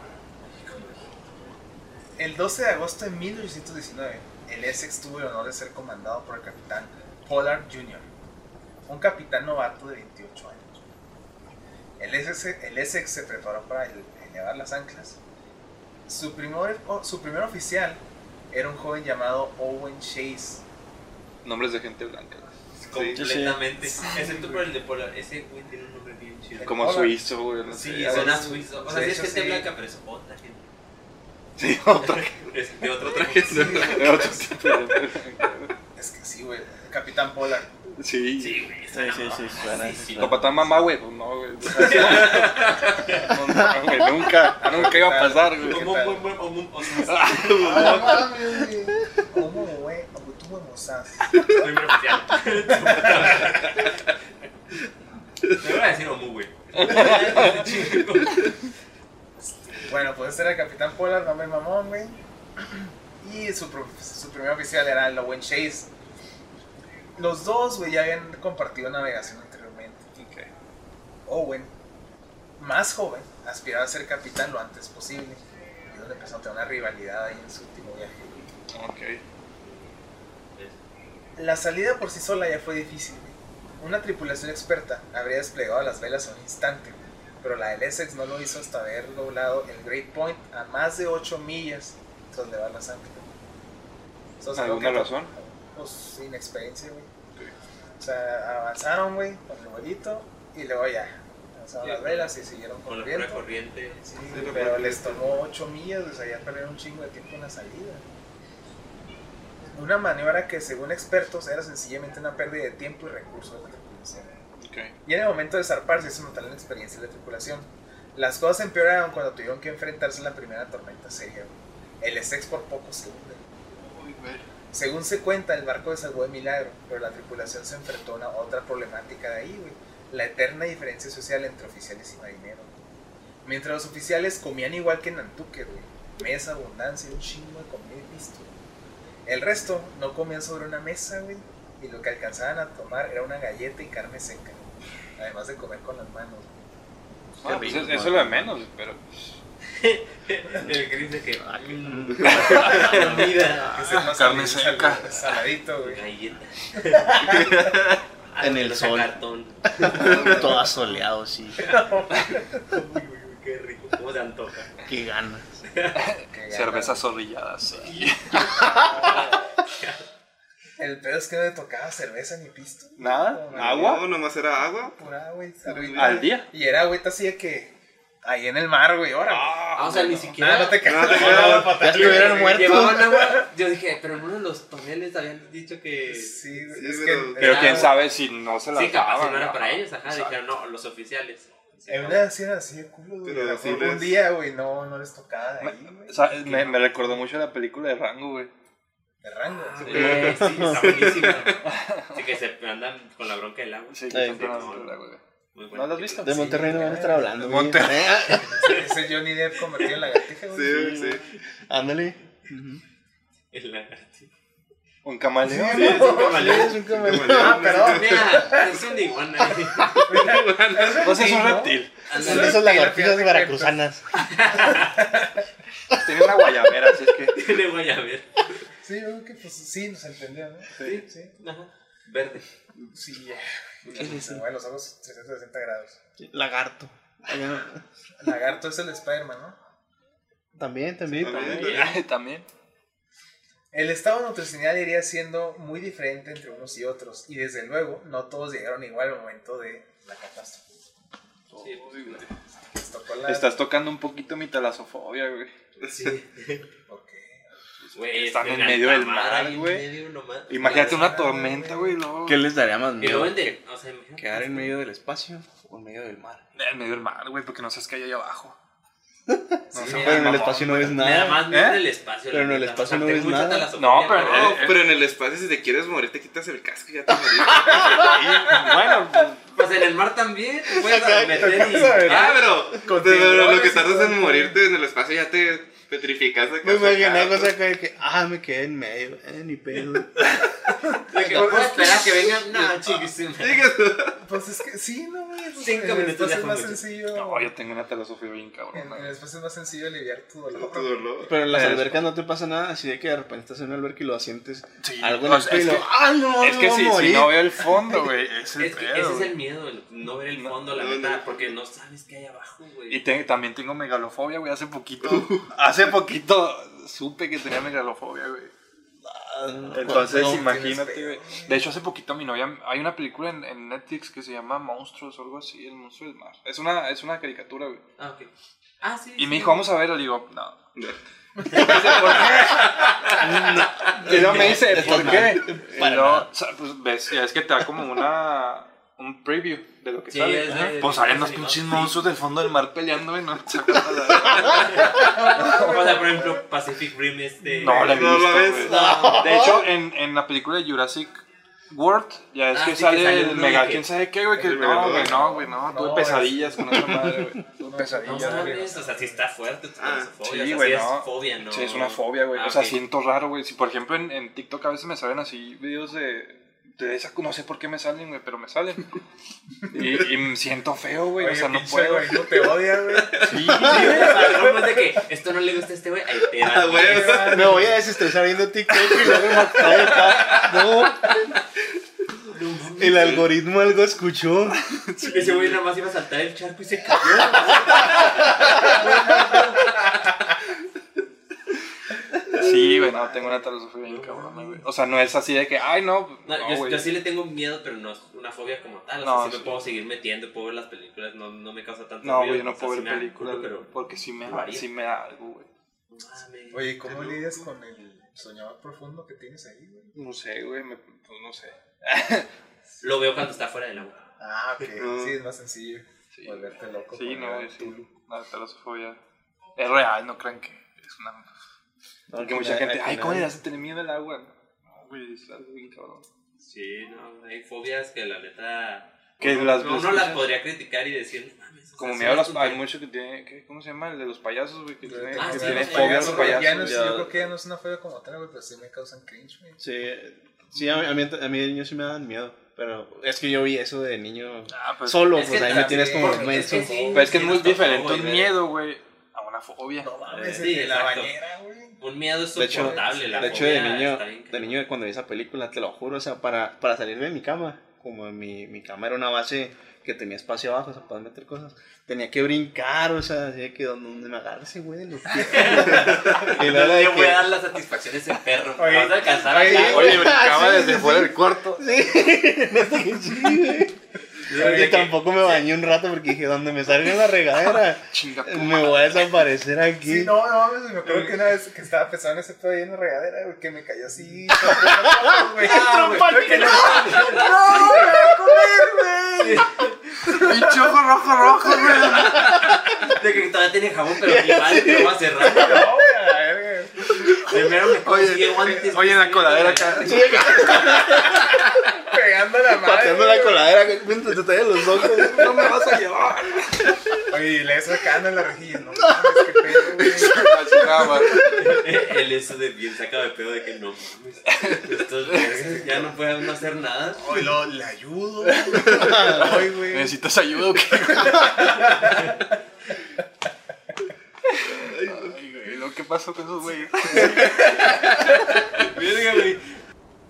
A: El 12 de agosto de 1819, el Essex tuvo el honor de ser comandado por el capitán Pollard Jr., un capitán novato de 28 años. El Essex, el Essex se preparó para el- elevar las anclas. Su primer, o- su primer oficial era un joven llamado Owen Chase.
E: Nombres de gente blanca.
B: sé,
D: Sí.
B: Completamente. Excepto por el de Polar. Ese güey tiene un nombre bien chido.
E: Como
A: Hola.
E: suizo, güey. No
B: Sí,
E: sé.
A: a ver,
B: suena
A: sí.
B: suizo. O
A: De
B: sea, sí es
A: hecho,
B: gente
A: sí.
B: blanca, pero es otra gente.
E: Sí, otro.
B: Es de otro traje.
E: otro tipo de-
A: Es que sí, güey, el capitán Pollard.
E: Sí.
B: Sí, güey.
C: Sí, sí, sí, suena,
B: Sí,
C: sí,
B: sí.
C: suena.
E: Papá, mamá, güey. Pues no, güey. No, no, güey, Nunca, nunca iba a pasar, güey.
B: Como un buen- buen- como un- o sea,
A: ¿Cómo, güey? Como tú, güey, Mozart.
B: Soy muy oficial. Me voy a decir Omu, güey.
A: Bueno, pues este era el Capitán Polar, nombre mamón, güey. Y su, pro- su primer oficial era el Owen Chase. Los dos, güey, ya habían compartido navegación anteriormente. Owen, más joven, aspiraba a ser capitán lo antes posible. Y es donde empezó a tener una rivalidad ahí en su último viaje.
E: Ok.
A: La salida por sí sola ya fue difícil. güey. Una tripulación experta habría desplegado las velas en un instante, güey, pero la del Essex no lo hizo hasta haber doblado el Great Point a más de 8 millas tras elevar la sangre. Entonces, creo
E: ¿Alguna
A: que-
E: Ah, razón?
A: Pues sin experiencia, güey. O sea, avanzaron, güey, con el vuelito y luego ya. Avanzaron
B: Sí.
A: las velas y siguieron
B: Con
A: con
B: la
A: el
B: pura
A: viento.
B: corriente.
A: Sí,
D: Sí, la
A: pero
D: pura
A: les
D: corriente.
A: tomó 8 millas, o sea, ya perdieron un chingo de tiempo en la salida. Una maniobra que, según expertos, era sencillamente una pérdida de tiempo y recursos de la tripulación. Y en el momento de zarpar se hizo notar la experiencia de la tripulación. Las cosas empeoraron cuando tuvieron que enfrentarse a la primera tormenta seria. güey. El Essex por poco se hunde. Según se cuenta, el barco se salvó de milagro, pero la tripulación se enfrentó a una- otra problemática de ahí, güey. La eterna diferencia social entre oficiales y marineros. Mientras los oficiales comían igual que en Nantucket, güey. Mesa, abundancia, un chingo de comida y listo. El resto no comían sobre una mesa, güey. Y lo que alcanzaban a tomar era una galleta y carne seca, güey. Además de comer con las manos.
E: Ah, pues eso eso es lo de menos, pero.
B: El gris de que.
A: Que
B: Comida.
A: es el más
E: carne
A: salid- sal-
E: seca.
A: Saladito, güey.
B: Galleta.
C: En el sol.
B: Cartón.
C: Todo soleado, sí.
B: Uy, uy, uy, qué rico. ¿Cómo se antoja?
C: Qué ganas.
A: Que ya-
E: Cervezas zorrilladas, sí.
A: El pedo es que no le tocaba cerveza ni pisto.
E: ¿Nada?
A: No,
E: ¿Agua?
D: No, nomás era agua.
A: Pura, güey. agüita.
E: ¿Al día?
A: Y era agüita así de que. Ahí en el mar, güey, ahora. güey.
B: Ah, o sea, ni
A: Nada,
B: siquiera.
A: no te
D: No, no,
A: cagas.
D: no,
C: Ya estuvieran muertos.
B: Llevaban agua. Yo dije, pero en uno de los toneles habían dicho que. Sí,
A: Sí, güey,
D: Sí,
A: es
D: pero-
A: que.
E: Pero
B: Ah,
E: quién
B: güey.
E: sabe si no se la
B: capaz
E: daban,
B: no era
E: ¿no?
B: para ellos, ajá.
E: Exacto.
B: Dijeron, no, los oficiales.
A: En una hacían así de culo, güey.
D: Pero
A: a lo
D: así
A: mejor
D: les-
A: Un día, güey, no, no les tocaba de ahí, güey.
E: O sea, me, me recordó mucho la película de Rango, güey.
A: De rango.
B: Ah,
A: sí.
B: güey, Sí, está buenísima. Así que se andan con la bronca del agua.
E: Sí,
C: que
B: son con la
E: Rango, güey.
B: Muy
E: ¿No lo has visto?
B: película.
C: De Monterrey no van a estar hablando. güey.
E: Monterrey.
C: Eh,
A: Ese Johnny Depp convertido en lagartija, güey.
D: Sí, sí.
C: Ándale.
B: El lagartijo.
E: Un camaleón.
D: Sí, es un
C: Es
D: camaleón.
C: un camarón.
A: Ah, perdón.
B: Oh, Mira, es una iguana.
E: No sé, Pues es un
A: ¿no?
E: reptil.
C: Son
B: Ándale.
C: de esas lagartijas veracruzanas.
E: Tiene una guayabera, así es que.
B: Tiene guayabera.
A: Sí, yo creo que pues sí, nos entendió, ¿no?
E: Sí.
A: Sí,
B: Ajá. Verde.
A: sí. ya. Se mueven los ojos 360 grados.
C: Lagarto.
A: El lagarto es el Spider-Man, ¿no?
C: También, también.
E: También. También.
A: El estado nutricional iría siendo muy diferente entre unos y otros, y desde luego no todos llegaron igual al momento de la catástrofe.
B: Sí,
E: Uy, güey.
A: Les tocó la...
E: Estás tocando un poquito mi talasofobia, güey.
B: Sí.
A: ¿Por qué?
E: pues,
B: Güey,
E: están
B: es
E: en
B: que
E: medio del
B: la mar ahí
E: mar,
B: en
E: güey.
B: medio nomás.
E: Imagínate
A: Ah,
E: una tormenta, güey, luego.
C: ¿Qué les daría más
B: Que no
C: miedo?
B: venden. O sea, imagínate.
C: ¿Quedar en medio del espacio o en medio del mar?
E: En medio del mar, güey, porque no sabes qué hay ahí abajo.
B: Sí,
E: se
B: me
E: puede
C: Pero en el
E: mamón,
C: espacio no ves
B: Me da
C: nada.
B: más miedo
E: ¿Eh?
B: el espacio.
C: Pero en el espacio no ves nada.
E: No, pero-
D: No,
E: Eh, eh.
D: pero en el espacio, si te quieres morir, te quitas el casco y ya te moriste. Ah,
E: bueno,
B: Pues en el mar también. te Puedes meter y.
D: Ah,
B: Ah,
D: pero, pero lo que tardas en morirte en el espacio ya te petrificas. acá,
C: Me imaginé
D: acá,
C: algo así acá de que, ah, me quedé en medio, eh, ni pedo.
B: de que no puedo esperar a que vengan.
E: Ah,
B: No, chiquísimo.
D: Sigues.
A: Pues es que sí, no, güey. pues,
B: Cinco
A: en el espacio
B: minutos ya
A: es
B: fue
A: más
B: mucho.
A: sencillo.
E: no, yo tengo una telosofía bien
A: En,
E: cabrona.
A: en el
E: güey.
A: espacio es más sencillo aliviar tu dolor.
D: Tu dolor.
C: Pero en las
E: Eh,
C: albercas no te pasa nada, así de que de repente estás en una alberca y lo asientes
E: Sí,
C: algo en
E: o
C: el
E: sea, es
C: pelo.
E: que-
C: ¡Ah, no!
E: Es
C: me
E: que
C: voy a
E: si, si
C: morir!
E: no veo el fondo, güey, es el
B: Es que ese
E: pedo.
B: es
E: güey.
B: el miedo, el no ver el fondo, la
D: no,
B: verdad,
D: no.
B: porque no sabes qué hay abajo, güey.
E: Y te- también tengo megalofobia, güey, hace poquito.
C: Uh.
E: Hace poquito supe que tenía megalofobia, güey. Entonces,
C: Ah, No,
E: imagínate,
A: tienes
E: güey. De hecho, hace poquito mi novia. Hay una película en, en Netflix que se llama Monstruos o algo así, El monstruo del mar. Es una, es una caricatura, güey.
B: Ah, ok. Ah, sí.
E: Y
B: sí.
E: me dijo, vamos a verla. Le digo, no.
D: No.
E: Y luego me dice,
C: Estás
E: ¿por qué?
C: mal.
E: Y
C: Para
E: luego,
C: nada.
E: o sea, pues ves, ya es que te da como una. Un preview de lo que
B: Sí,
E: sale.
B: es de-
E: Ajá.
B: de-
E: Pues salen los
B: de-
E: pinches
B: sí.
E: monstruos del fondo del mar peleando, güey. No, ¿Te acuerdas?
D: Ah,
A: Ah,
B: O sea, por ejemplo, Pacific Rim este.
E: no, la he
D: No lo
E: visto,
D: ves.
E: güey.
B: No.
E: De hecho, en, en la película de Jurassic World, ya es
B: Ah,
E: que
B: sí, que
E: sale
B: sale
E: el
B: uno
E: mega,
B: de que-
E: quién sabe qué, güey. Que
D: El
E: no, güey,
D: megalodón.
E: no, güey, no. Tuve
A: No,
E: pesadillas con esa madre, güey. Tuve
B: No
E: pesadillas, güey.
B: sabes, o sea, si está fuerte tu
D: Ah,
B: fobia.
E: sí,
B: o sea,
E: güey,
B: sí es
E: no.
B: fobia, ¿no?
E: Sí, es una fobia, güey.
B: Ah,
E: o sea,
B: ok.
E: siento raro, güey. Si, por ejemplo, en, en TikTok a veces me salen así videos de. de esa, no sé por qué me salen, güey, pero me salen. y, y me siento feo, güey. O sea, no puedo.
A: Güey, no te odia, güey.
E: Sí,
B: Sí, o sea, no más de que esto no le gusta a este güey, ahí te va.
D: Ah, güey, o sea,
C: Me voy a desestresar viendo TikTok y luego me acabo de acá. No,
B: No mames.
C: el algoritmo algo escuchó.
B: Ese güey nada más iba a saltar el charco y se cayó.
E: sí, güey, no, tengo una talosofía bien cabrona, güey. O sea, no es así de que, ay, no.
B: No,
E: no,
B: yo,
E: güey.
B: yo sí le tengo miedo, pero no es una fobia como tal. O
E: No,
B: sea, sí
E: sí.
B: me puedo seguir metiendo, puedo ver las películas, no, no me causa tanto
E: No,
B: ruido.
E: güey, yo no
B: o sea,
E: puedo
B: sí
E: ver
B: me da
E: películas,
B: culo,
E: güey, porque sí me,
B: lo haría.
E: sí me da algo, güey.
B: pero. mames.
A: Oye, ¿cómo lidias con el soñador profundo que tienes ahí, güey?
E: No sé, güey, me- pues no sé.
B: Lo veo cuando está fuera del agua.
A: Ah, ok.
D: No.
A: Sí, es más sencillo.
E: Sí,
B: Pues,
A: Volverte loco.
E: sí
A: por
E: no,
A: el
E: sí.
A: Cthulhu.
E: La talosofobia es real, no crean que es una Porque mucha gente, ay, ¿cómo le das a tener miedo al agua? No, güey, es algo bien cabrón.
B: Sí, no, hay fobias que la neta.
E: Que
B: uno,
E: las-
B: no,
E: las
B: uno las
E: escuchas.
B: podría criticar y decir, no mames. o sea,
E: Como
B: sí
E: miedo a
B: las
E: los... Hay
B: tonterías.
E: mucho que tiene... ¿qué? ¿Cómo se llama? El de los payasos, güey, que
A: Pero
E: tiene,
A: tengo
B: ah,
E: que
B: sí,
E: tiene
B: los
E: fobia a los
B: payasos,
A: Ya no es-
E: payasos.
A: yo
C: ya.
A: creo que ya no es una fobia como tal, güey, pero sí me causan cringe, güey.
C: Sí, sí a, mí- a mí, a mí de niño sí me daban miedo. Pero es que yo vi eso de niño
E: Ah, pues...
C: solo,
B: es
C: pues
B: que
C: ahí me
A: también-
C: tienes como
A: porque es
C: menso.
B: que sí.
E: Pero es que es
B: Sí,
E: muy
B: nos tocó,
E: diferente
B: güey,
E: un
B: ver.
E: miedo, güey, a una fobia.
A: No mames,
B: Sí,
A: en la
B: exacto.
A: bañera, güey.
B: Un miedo es
C: De hecho,
B: soportable. la
C: de hecho, de
B: fobia
C: niño,
B: está bien
C: de niño cuando vi esa película, te lo juro, o sea, para, para salir de mi cama, como mi, mi cama era una base que tenía espacio abajo, o sea, para meter cosas, tenía que brincar, o sea, así de que donde, donde me agarre ese güey de los pies. y
B: No
C: luego la de
B: le voy a
C: que-
B: dar la satisfacción a ese perro.
A: Oye,
B: vas a alcanzar
A: oye,
B: acá, güey.
E: Oye, brincaba
C: Sí,
E: desde
C: sí,
E: fuera
C: sí.
E: del cuarto.
C: Sí, neta que sí, güey.
B: de
C: Y
B: que-
C: tampoco me bañé un rato porque dije, donde me salga la regadera,
E: Chinga, tu
C: me voy a desaparecer aquí.
A: Sí, no, no, mames, me acuerdo que una vez que estaba pensando en ese pedo ahí en la regadera, güey, que me cayó así. güey. Ah, güey.
C: Trompalina.
E: pinche ojo rojo, rojo, güey.
B: De que todavía tiene jabón, pero mi madre te lo va a cerrar.
A: No, güey, a la verga.
B: Primero me consigue guantes.
E: Oye, oye, en la coladera acá.
C: Sí,
A: Pegando la madre.
C: Pateando la
A: güey.
C: coladera, que mientras te trae los ojos.
E: No me vas a llevar.
A: Oye, y le sacando la rejilla. No mames, qué pedo, güey.
E: Así nada más.
B: Él Eh, eso de bien sacado de pedo de que no mames. Estos vergas ya no pueden hacer nada.
A: Oye, lo, le ayudo. güey. Oye, güey.
E: ¿Necesitas ayuda o qué? Ay, güey, lo que pasó con esos güeyes.
B: Verga, güey.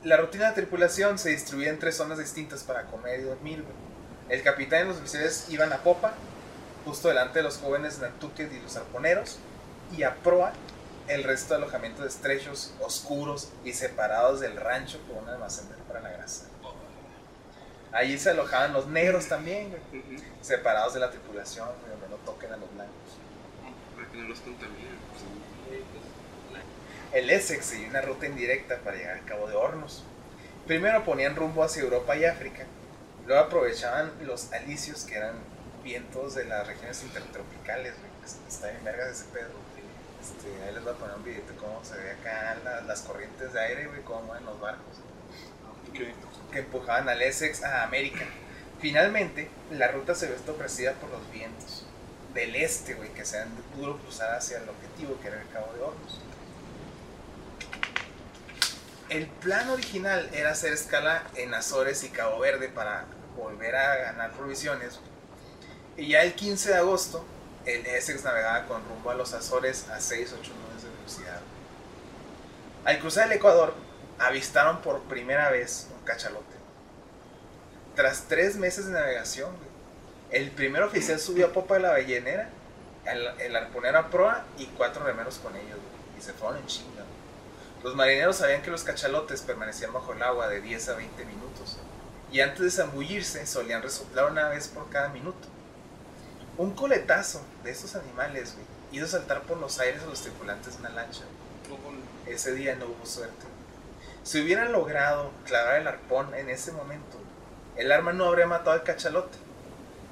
A: La rutina de tripulación se distribuía en tres zonas distintas para comer y dormir. güey. El capitán y los oficiales iban a popa, justo delante de los jóvenes nantuques y los arponeros, y a proa el resto de alojamientos estrechos, oscuros y separados del rancho por un almacén para la grasa. Allí se alojaban los negros también, güey, separados de la tripulación, güey, donde no toquen a los blancos.
D: Para que no los contaminen.
A: el Essex y una ruta indirecta para llegar al Cabo de Hornos. Primero ponían rumbo hacia Europa y África, luego aprovechaban los alisios que eran vientos de las regiones intertropicales, güey, que Está bien vergas ese pedo. güey. Este, ahí les voy a poner un video cómo se ve acá la- las corrientes de aire, güey, cómo mueven los barcos que empujaban al Essex a América. Finalmente, la ruta se ve ofrecida por los vientos del este, güey, que sean duro cruzar hacia el objetivo, que era el Cabo de Hornos. El plan original era hacer escala en Azores y Cabo Verde para volver a ganar provisiones. Y ya el 15 de agosto, el Essex navegaba con rumbo a los Azores a 6-8 nudos de velocidad. Al cruzar el Ecuador, avistaron por primera vez un cachalote. Tras tres meses de navegación, güey, el primer oficial subió a popa de la ballenera, el, el arponero a proa y cuatro remeros con ellos, güey, y se fueron en chinga. güey. Los marineros sabían que los cachalotes permanecían bajo el agua de 10 a 20 minutos, y antes de zambullirse solían resoplar una vez por cada minuto. Un coletazo de estos animales güey, hizo saltar por los aires a los tripulantes de una lancha. güey. Ese día no hubo suerte. Si hubieran logrado clavar el arpón en ese momento, el arma no habría matado al cachalote.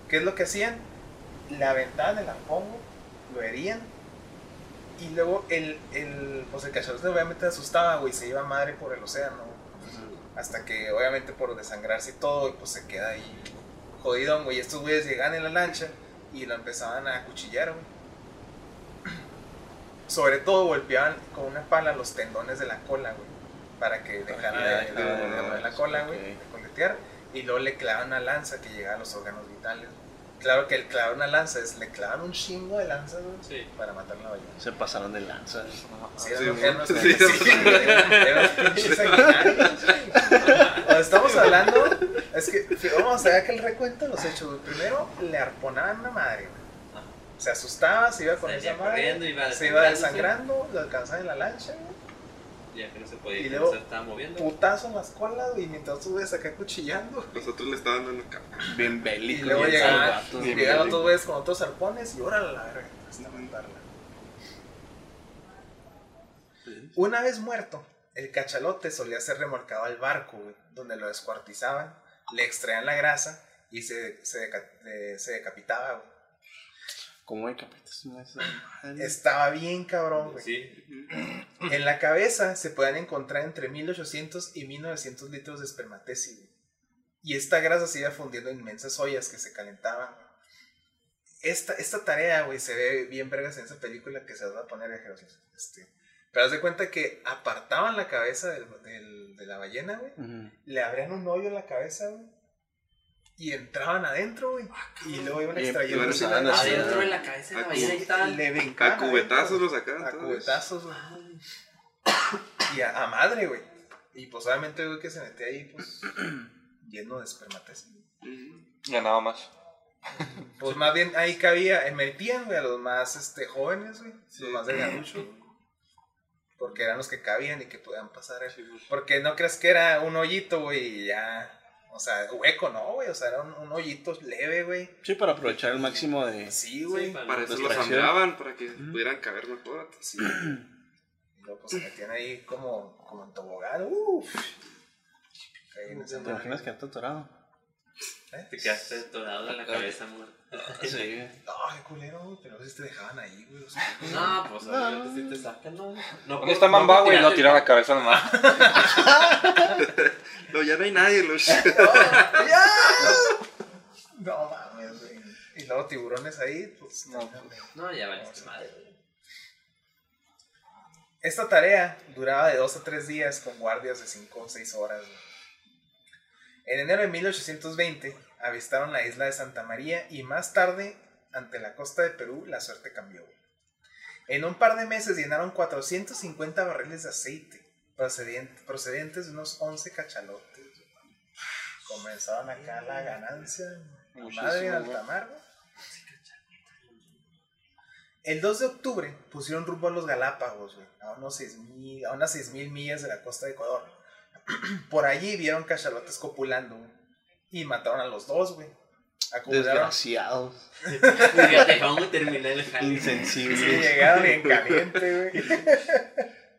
A: ¿Qué es lo que hacían? Le aventaban el arpón, güey, lo herían, y luego el, el, pues el cachalote obviamente asustaba, güey, se iba a madre por el océano. güey. Hasta que obviamente por desangrarse y todo, güey, pues se queda ahí jodidón, güey. Estos güeyes llegaban en la lancha y lo empezaban a acuchillar, güey. Sobre todo golpeaban con una pala los tendones de la cola, güey. Para que Ah, dejara
C: ya,
A: de,
C: ya,
A: de- de- de- de- de la cola,
C: ok.
A: güey. De coletear. Y luego le clavan una lanza que llegaba a los órganos vitales. Claro que el clavar una lanza es le clavan un chingo de lanzas, güey.
B: Sí.
A: Para matar a la ballena.
C: Se pasaron de lanza.
B: Ah,
A: Sí,
D: Sí,
A: eran
D: sí,
A: eran-
D: sí,
A: sí,
D: sí.
A: eran pinches sanguinarios. O Estamos hablando, es que fí- vamos a ver que el recuento de los hechos. güey. Primero le arponaban una madre, güey.
B: Ajá.
A: Se asustaba, se iba con
B: Salía
A: esa madre.
B: corriendo, iba
A: Se iba
B: desangrándose.
A: desangrando, lo alcanzaban en la lancha, güey.
B: Ya que no se podía,
A: Y
B: y
A: luego-
B: se estaba moviendo.
A: putazo en las colas, güey, y mientras tú ves acá cuchillando.
D: Nosotros le está dando en la cara.
C: Bien
A: Y
C: bélico.
A: luego
C: bien
A: llegaban-
C: salvatos.
E: Bien
A: Llegaron
E: bélico.
A: otros güeyes con otros arpones y órale la verga, hasta matarla. Una vez muerto, el cachalote solía ser remolcado al barco, güey, donde lo descuartizaban, le extraían la grasa y se, se, deca- eh, se decapitaba, güey.
C: ¿Cómo decapitas una de esas madres?
A: Estaba bien cabrón, güey.
B: Sí,
A: En la cabeza se pueden encontrar entre 1800 y 1900 litros de espermateci, güey. Y esta grasa se iba fundiendo en inmensas ollas que se calentaban. güey. Esta, esta tarea, güey, se ve bien vergas en esa película que se las va a poner viajeros. Este, pero haz de cuenta que apartaban la cabeza del- del- de la ballena, güey.
C: Ujú.
A: Le abrían un hoyo en la cabeza, güey. Y entraban adentro, güey. y luego iban
C: Y
A: extrayendo.
C: empezaban
A: la-
C: a hacer-
B: adentro de la cabeza de la
D: Ah,
B: ballena ahí estaban.
A: Le brincaban
D: A
A: adentro,
D: cubetazos
A: güey.
D: lo sacaron.
A: A
D: todos.
A: cubetazos, güey. Y a, a madre, güey. Y pues obviamente, güey, que se metió ahí, pues, lleno de espermates.
D: Ujú.
E: Ganaba más.
A: Pues más bien ahí cabía, eh, metían, güey, a los más este, jóvenes, güey. Los más delgaduchos. güey. Porque eran los que cabían y que podían pasar. el- Porque no crees que era un hoyito, güey, y ya. O sea, hueco, no, güey. O sea, era un, un hoyito leve, güey.
C: Sí, para aprovechar el máximo de.
A: Sí,
B: Sí,
A: güey.
D: Para eso los
C: Distracción.
D: ampliaban, para que pudieran caber mejor.
A: Pues Sí. Y luego pues se metían ahí como, como en tobogán. Uf. Ahí en esa
C: ¿Te imaginas que está atorado?
A: madre.
B: Te quedaste atorado de la cabeza muerta.
C: Sí.
A: No, qué culero, güey, pero a veces te dejaban ahí, güey. o sea,
B: No, pues
C: No.
B: obviamente sí te sacan, ¿no? no
E: ¿Dónde está Mamba, pues, güey? Lo tiraba la cabeza nomás.
D: No, ya no hay nadie, los.
A: No mames, güey. Y luego tiburones ahí, pues no. mames.
B: No, ya valiste madre.
A: Esta tarea duraba de dos a tres días con guardias de 5 o 6 horas. güey. En enero de 1820 avistaron la isla de Santa María y más tarde, ante la costa de Perú, la suerte cambió. güey. En un par de meses llenaron 450 barriles de aceite procedien- procedentes de unos 11 cachalotes. güey. Comenzaron acá la ganancia. la madre en alta mar, güey. El 2 de octubre pusieron rumbo a los Galápagos, güey, a, unos 6,000 a unas 6.000 millas de la costa de Ecuador. Por allí vieron cachalotes copulando güey, y mataron a los dos, güey. Acumularon.
C: Desgraciados.
B: Fíjate, vamos a terminar el jale.
A: Sí,
C: Insensibles.
A: llegaron bien caliente, güey.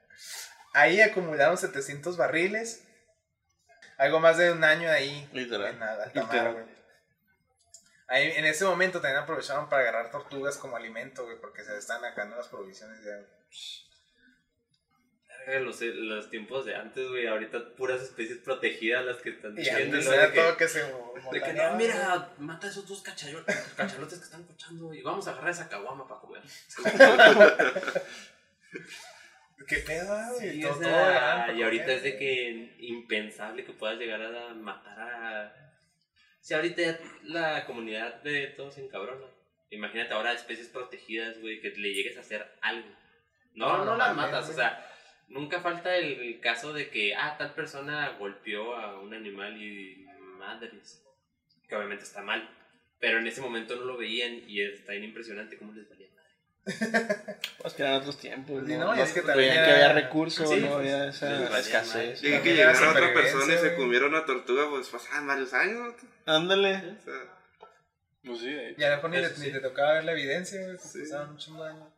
A: Ahí acumularon 700 barriles. Algo más de un año ahí.
C: Literal.
A: En alta mar,
C: Literal.
A: güey. Ahí, en ese momento también aprovecharon para agarrar tortugas como alimento, güey, porque se están acabando las provisiones ya, güey.
B: Verga, Los, los tiempos de antes, güey, ahorita puras especies protegidas las que están
A: Y
B: diciendo,
A: antes
B: ¿no?
A: era
B: de que-
A: todo que se
B: De que
A: molaba,
B: no, mira, mata esos dos cachalotes, cachalotes que están cochando y vamos a agarrar esa caguama para comer.
A: güey. ¿Qué pedo, güey?
B: Sí,
A: Todo-
B: o
A: todo agarraban
B: sea,
A: para
B: y ahorita
A: comer,
B: es de
A: güey.
B: que impensable que puedas llegar a matar a... Si ahorita ya la comunidad de todos se encabrona. Imagínate ahora especies protegidas, güey, que le llegues a hacer algo.
A: No,
B: No, no,
A: no
B: las
A: mames,
B: matas, o
A: güey.
B: sea, nunca falta el caso de que, ah, tal persona golpeó a un animal y madres. Que obviamente está mal. Pero en ese momento no lo veían y está bien impresionante cómo les valía madre.
C: Pues que eran otros tiempos.
A: Sí,
C: No,
A: no, y
C: No
A: es que
C: creían
A: también
C: que
A: era-
C: había recursos,
B: Sí,
C: no
B: pues,
C: había
B: les
C: esa
B: valía
C: escasez.
D: Llegué que
A: También era
D: llegara otra
A: supervivencia,
D: persona y se
A: güey.
D: comiera una tortuga, pues pasaban varios años.
C: Ándale.
D: ¿no? O sea,
E: Pues sí, ahí.
A: Y a lo mejor ni,
B: Eso
A: le-
B: sí.
A: ni te tocaba ver la evidencia, güey, porque
D: Sí.
A: pasaban un chingo de años.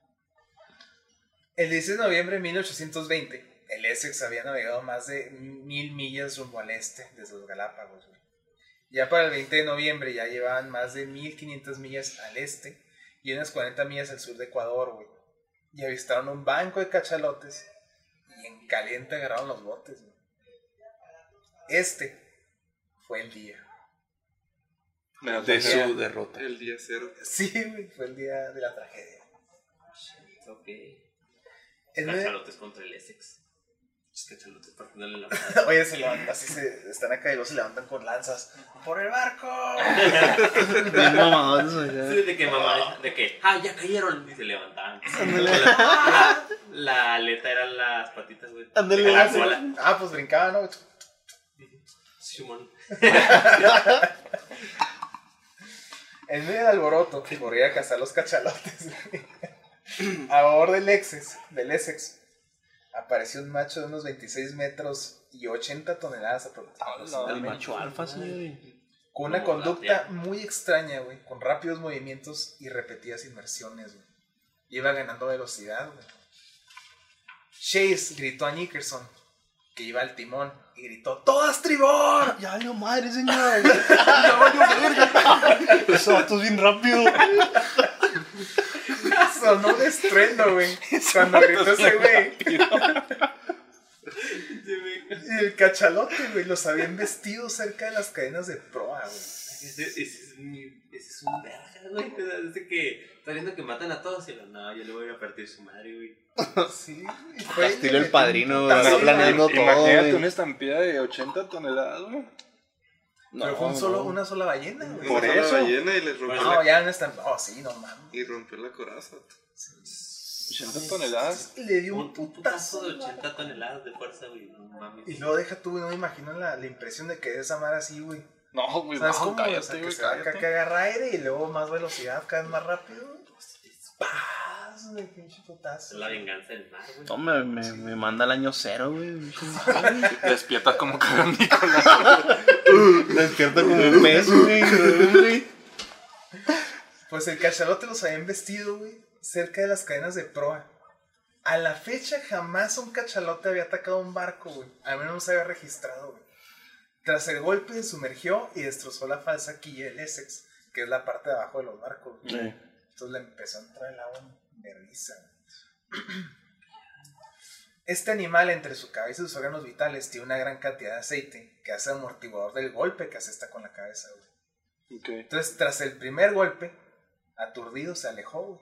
A: El 16 de noviembre de 1820, el Essex había navegado más de mil millas rumbo al este desde los Galápagos. güey. Ya para el 20 de noviembre ya llevaban más de 1500 millas al este y unas 40 millas al sur de Ecuador, güey. Y avistaron un banco de cachalotes y en caliente agarraron los botes, güey. Este fue el día.
C: De su derrota.
D: el día cero.
A: Sí, güey, fue el día de la tragedia.
B: Shit, ok.
A: El nueve-
B: Cachalotes contra el Essex. Los Cachalotes partiéndole la madre.
A: Oye, se levantan, así se están acá y luego se levantan con lanzas. ¡Por el barco!
C: Bien mamados, o sea.
B: Sí, de que mamá, de que, ah, ya cayeron. Y se levantaban.
C: Ándale.
B: La, la aleta eran las patitas, güey.
C: Ándale.
B: De La cola.
A: Ah, pues brincaban, ¿no?
B: Simón.
A: En medio del alboroto, corría a cazar los cachalotes. güey. A favor del Essex, del Essex, apareció un macho de unos 26 metros y 80 toneladas
C: El
A: aproximadamente.
C: macho alfa, señor.
A: Con una
B: Como la
A: conducta
B: tierra.
A: muy extraña, güey. Con rápidos movimientos y repetidas inmersiones, güey. Iba ganando velocidad, güey. Chase gritó a Nickerson, que iba al timón, y gritó, ¡Todas tribor!
C: Ya valió madre, señor. Ya valió verga. Los autos bien rápido.
A: Sonó un estruendo, güey. Cuando gritó ese güey. Y el cachalote, güey, los habían vestido cerca de las cadenas de proa, güey.
B: Ese, ese es mi. Ese es un verga, güey. O sea, es de que. Está viendo que matan a todos y lo, no, yo le voy a ir a partir su madre, güey.
A: Sí, güey. Fue-
C: Estilo el padrino,
A: Está
C: está
A: bien,
C: planeando todo.
E: Imagínate
C: güey.
E: una estampida de 80 toneladas, güey.
A: Pero fue un solo, una sola ballena, güey.
E: Por
D: Una sola
E: eso.
D: ballena y les rompió,
B: Bueno,
D: la,
A: No, ya no están. Oh, sí, no mames.
D: y rompió la coraza.
E: 80 toneladas.
A: Le dio
B: Un
A: un
B: putazo
A: putazo
B: de 80 toneladas de fuerza, güey. No mames.
A: Y luego deja tú, güey, no me imagino la, la impresión de que de esa madre así, güey.
E: No, güey,
A: ¿Sabes
E: no,
A: cómo?
E: cállate,
A: o sea, que
E: güey,
A: se va acá,
E: cállate.
A: que agarra aire y luego más velocidad, cada vez más rápido. güey. ¡Paz! güey, pinche
B: Es
A: putazo.
B: la venganza del mar, güey.
C: No, me, me, me manda al año cero, güey.
E: Despierta como cagando Nicolás.
C: Despierta como un mes, güey.
A: Pues el cachalote los habían vestido, güey, cerca de las cadenas de proa. A la fecha jamás un cachalote había atacado un barco, güey. Al menos no se había registrado, güey. Tras el golpe se sumergió y destrozó la falsa quilla del Essex, que es la parte de abajo de los barcos. güey.
C: Sí.
A: Entonces le empezó a entrar el agua de risa. Este animal, entre su cabeza y sus órganos vitales, tiene una gran cantidad de aceite que hace amortiguador del golpe que asesta con la cabeza. güey.
E: Ok.
A: Entonces, tras el primer golpe, aturdido se alejó, güey.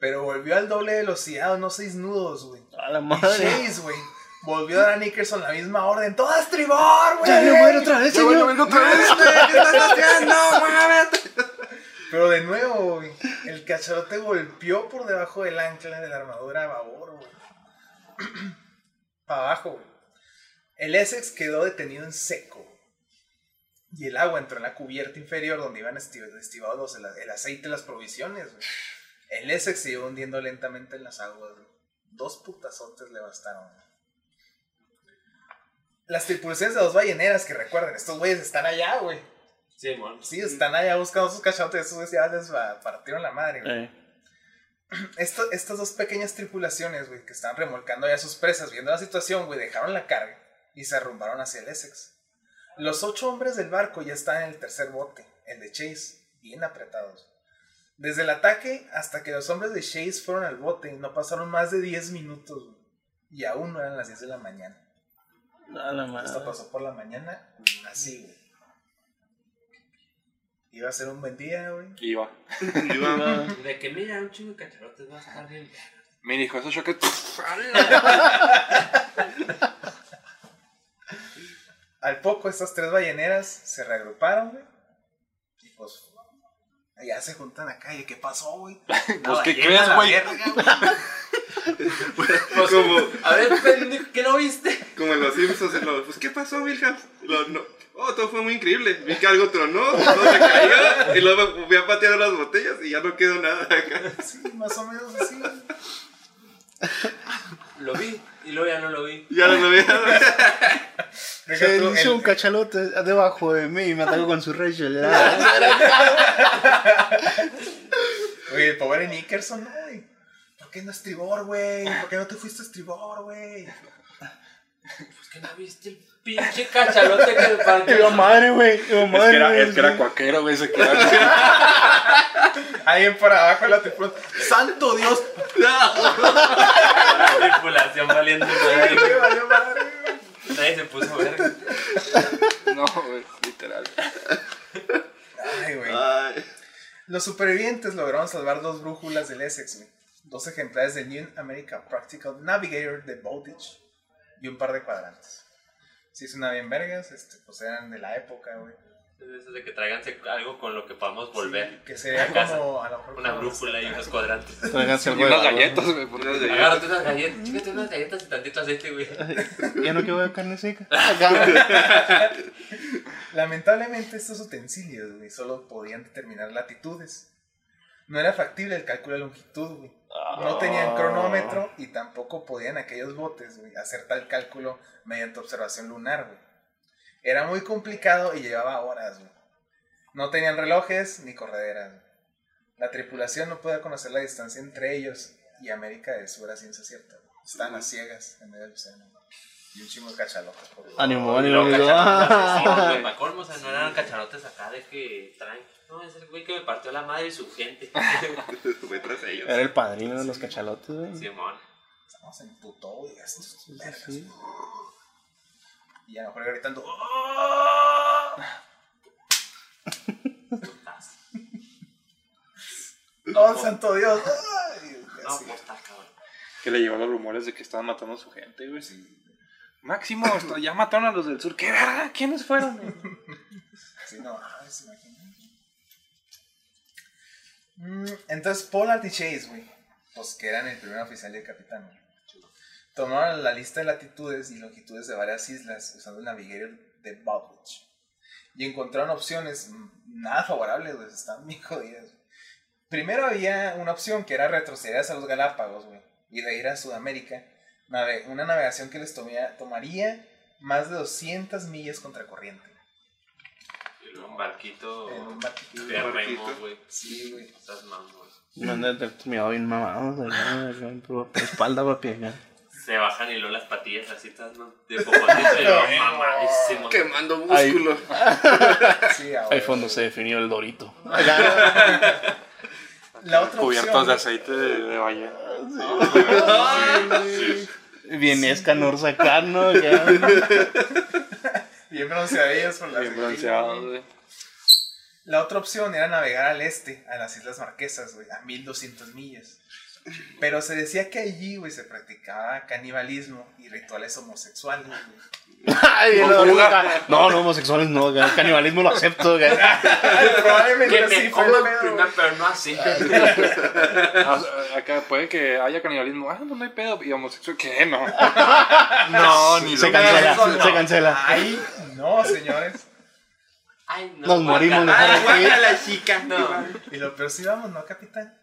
A: Pero volvió al doble de velocidad, no seis nudos, güey.
C: A la
A: Y
C: madre.
A: Chase, güey. Volvió a dar a Nickerson la misma orden. ¡Todas tribor, güey!
C: Ya le voy a ir otra vez, señor.
D: otra vez, ¿Qué estás haciendo? ¡Muévete!
A: Pero de nuevo, güey, el cacharote golpeó por debajo del ancla de la armadura de babor, güey. Para abajo, güey. El Essex quedó detenido en seco. Y el agua entró en la cubierta inferior donde iban esti- estibados los- el, el aceite y las provisiones, güey. El Essex se iba hundiendo lentamente en las aguas, güey. Dos putazotes le bastaron, güey. Las tripulaciones de dos balleneras, que recuerden, estos güeyes están allá, güey.
B: Sí, mon.
A: Sí, están allá buscando sus cacharotes, esos güeyes ya les va- partieron la madre, güey.
C: Eh,
A: esto- estas dos pequeñas tripulaciones, güey, que están remolcando ya sus presas, viendo la situación, güey, dejaron la carga y se arrumbaron hacia el Essex. Los ocho hombres del barco ya están en el tercer bote, el de Chase, bien apretados. Desde el ataque hasta que los hombres de Chase fueron al bote, no pasaron más de 10 minutos, güey, y aún no eran las 10 de la mañana.
C: A la madre.
A: Esto pasó por la mañana, así, güey. Iba a ser un buen día, güey.
E: Iba.
D: Iba.
B: De que mira, un chingo de cacharotes va a estar bien.
E: Me dijo, esos choques.
A: Al poco estas tres balleneras se reagruparon, güey. Y pues ya se juntan acá. ¿Y qué pasó, güey?
E: Pues, ¿qué
A: Ballena a
E: crees,
A: la
E: güey?
A: verga, güey.
D: como,
B: Pues, A ver, pendejo, ¿qué no viste?
D: como en los Simpsons, en los, pues, ¿qué pasó, Wilhelm? Lo- no. Oh, todo fue muy increíble. Vi que algo tronó, todo se cayó, y luego voy a patear las botellas y ya no quedó nada acá.
A: Sí, más o menos así. güey.
B: Lo vi y luego ya no lo vi.
D: Ya no lo veía.
A: Deja
C: Se
A: tú,
C: hizo
A: el-
C: un cachalote debajo de mí y me atacó con su Rachel. Ah,
A: Oye, el pobre Nickerson, no, güey. ¿Por qué no estribor, güey? ¿Por qué no te fuiste a estribor, güey?
B: Pues que no viste el pinche cachalote que me
C: y yo,
B: partió.
C: madre, güey. y yo, madre, güey, sí.
E: cuaquero, güey, se quedó.
A: Alguien por abajo de la tripulación. ¡Santo Dios!
B: La tripulación valiendo madre.
A: ¡Qué valió madre, güey!
B: Nadie se puso a ver.
E: No, güey, literal.
A: Ay, güey.
D: Ay.
A: Los supervivientes lograron salvar dos brújulas del Essex, güey, dos ejemplares del New America Practical Navigator de Bowditch y un par de cuadrantes. Si es una bien vergas, este, pues eran de la época, güey.
B: Es eso de que tráiganse algo con lo que podamos volver.
A: Sí, que sería
B: a casa.
A: como a lo mejor
B: Una
A: como-
B: brújula y unos cuadrantes.
C: Tráiganse
E: Y
C: algo de
E: unas
C: valor,
E: galletas, güey. porque-
D: Unas galletas.
B: Agárrate unas galletas. Chícate unas galletas y tantito aceite, güey.
C: ¿no? Ya no quiero ver carne seca. Acá.
A: Lamentablemente estos utensilios, güey, solo podían determinar latitudes. No era factible el cálculo de longitud, güey.
E: Ah.
A: No tenían cronómetro y tampoco podían aquellos botes güey, hacer tal cálculo mediante observación lunar, güey. Era muy complicado y llevaba horas, güey. No tenían relojes ni correderas. güey. La tripulación no podía conocer la distancia entre ellos y América del Sur a ciencia cierta. güey. Estaban a ciegas en medio del océano. güey. Y un chingo de cachalotes por güey.
C: Ánimo,
B: Y luego
C: ánimo. amigo.
B: cacharotes
C: Ah.
B: así, para colmo, o sea, no eran cacharotes acá de que traen. No, es el güey que me partió la madre y su gente.
D: Voy tras ellos.
C: Era el padrino de los cachalotes, güey.
B: Simón.
A: Estamos en puto, güey. estos
C: sí,
A: vergas,
C: sí.
A: güey. Y a lo mejor gritando. "¡Ah!".
B: Putazo.
A: ¡Oh, santo Dios! ¡Ay!
B: No,
A: Así.
B: pues está cabrón.
E: Que le llevó los rumores de que estaban matando a su gente, güey. Máximo, hasta ya mataron a los del sur. ¿Qué verga? ¿Quiénes fueron? güey?
A: Sí, no, ay, se imagina. Mm, Entonces, Pollard y Chase, güey, pues que eran el primer oficial y el capitán, güey, tomaron la lista de latitudes y longitudes de varias islas usando el naviguero de Bowditch. Y encontraron opciones mm, nada favorables, güey, están bien jodidas. güey. Primero había una opción que era retroceder hacia los Galápagos, güey, y de ir a Sudamérica. nave- Una navegación que les tomía- tomaría más de 200 millas contra corriente.
B: Y luego un barquito
A: En un barquito.
B: de
D: un
B: remo,
D: barquito.
B: güey.
A: Sí, güey.
B: Estás mamón.
C: Me han de haber mirado bien mamado. o sea, ¿no? Acá en pro- Espalda, papi. acá.
B: Se bajan y luego las patillas así, estás mam- de popotito y luego mamadísimo.
D: Quemando
C: Ahí-
D: músculo.
A: Sí, ahora,
C: Ahí fue donde
A: güey.
C: se definió el dorito.
A: La otra
E: Cubiertos de
A: opción,
E: aceite de, de ballena.
C: Bien escanor sacarnos. acá.
A: bien bronceadillas por las
E: Bien
A: esquinas,
E: bronceados,
A: güey.
E: güey.
A: La otra opción era navegar al este, a las Islas Marquesas, güey, a 1200 millas. Pero se decía que allí, güey, se practicaba canibalismo y rituales homosexuales, güey.
C: Ay,
E: Con
C: la
E: fuga.
C: verga. No, no, homosexuales no. acá. Canibalismo lo acepto. acá.
A: Probablemente
B: Que me
A: sí fue
B: como
A: el
B: el
A: pedo,
B: primer,
A: güey.
B: pero no así.
E: Ah, Acá puede que haya canibalismo. Ah, no, no hay pedo. Y homosexual. ¿Qué? No.
C: No,
E: ni
C: Se
E: lo-
C: cancela,
B: Eso no.
C: se cancela.
A: Ahí no, señores.
B: Ay, no.
C: Nos morimos mejor aquí.
D: chica.
B: No.
A: Y lo peor sí vamos, ¿no, capitán?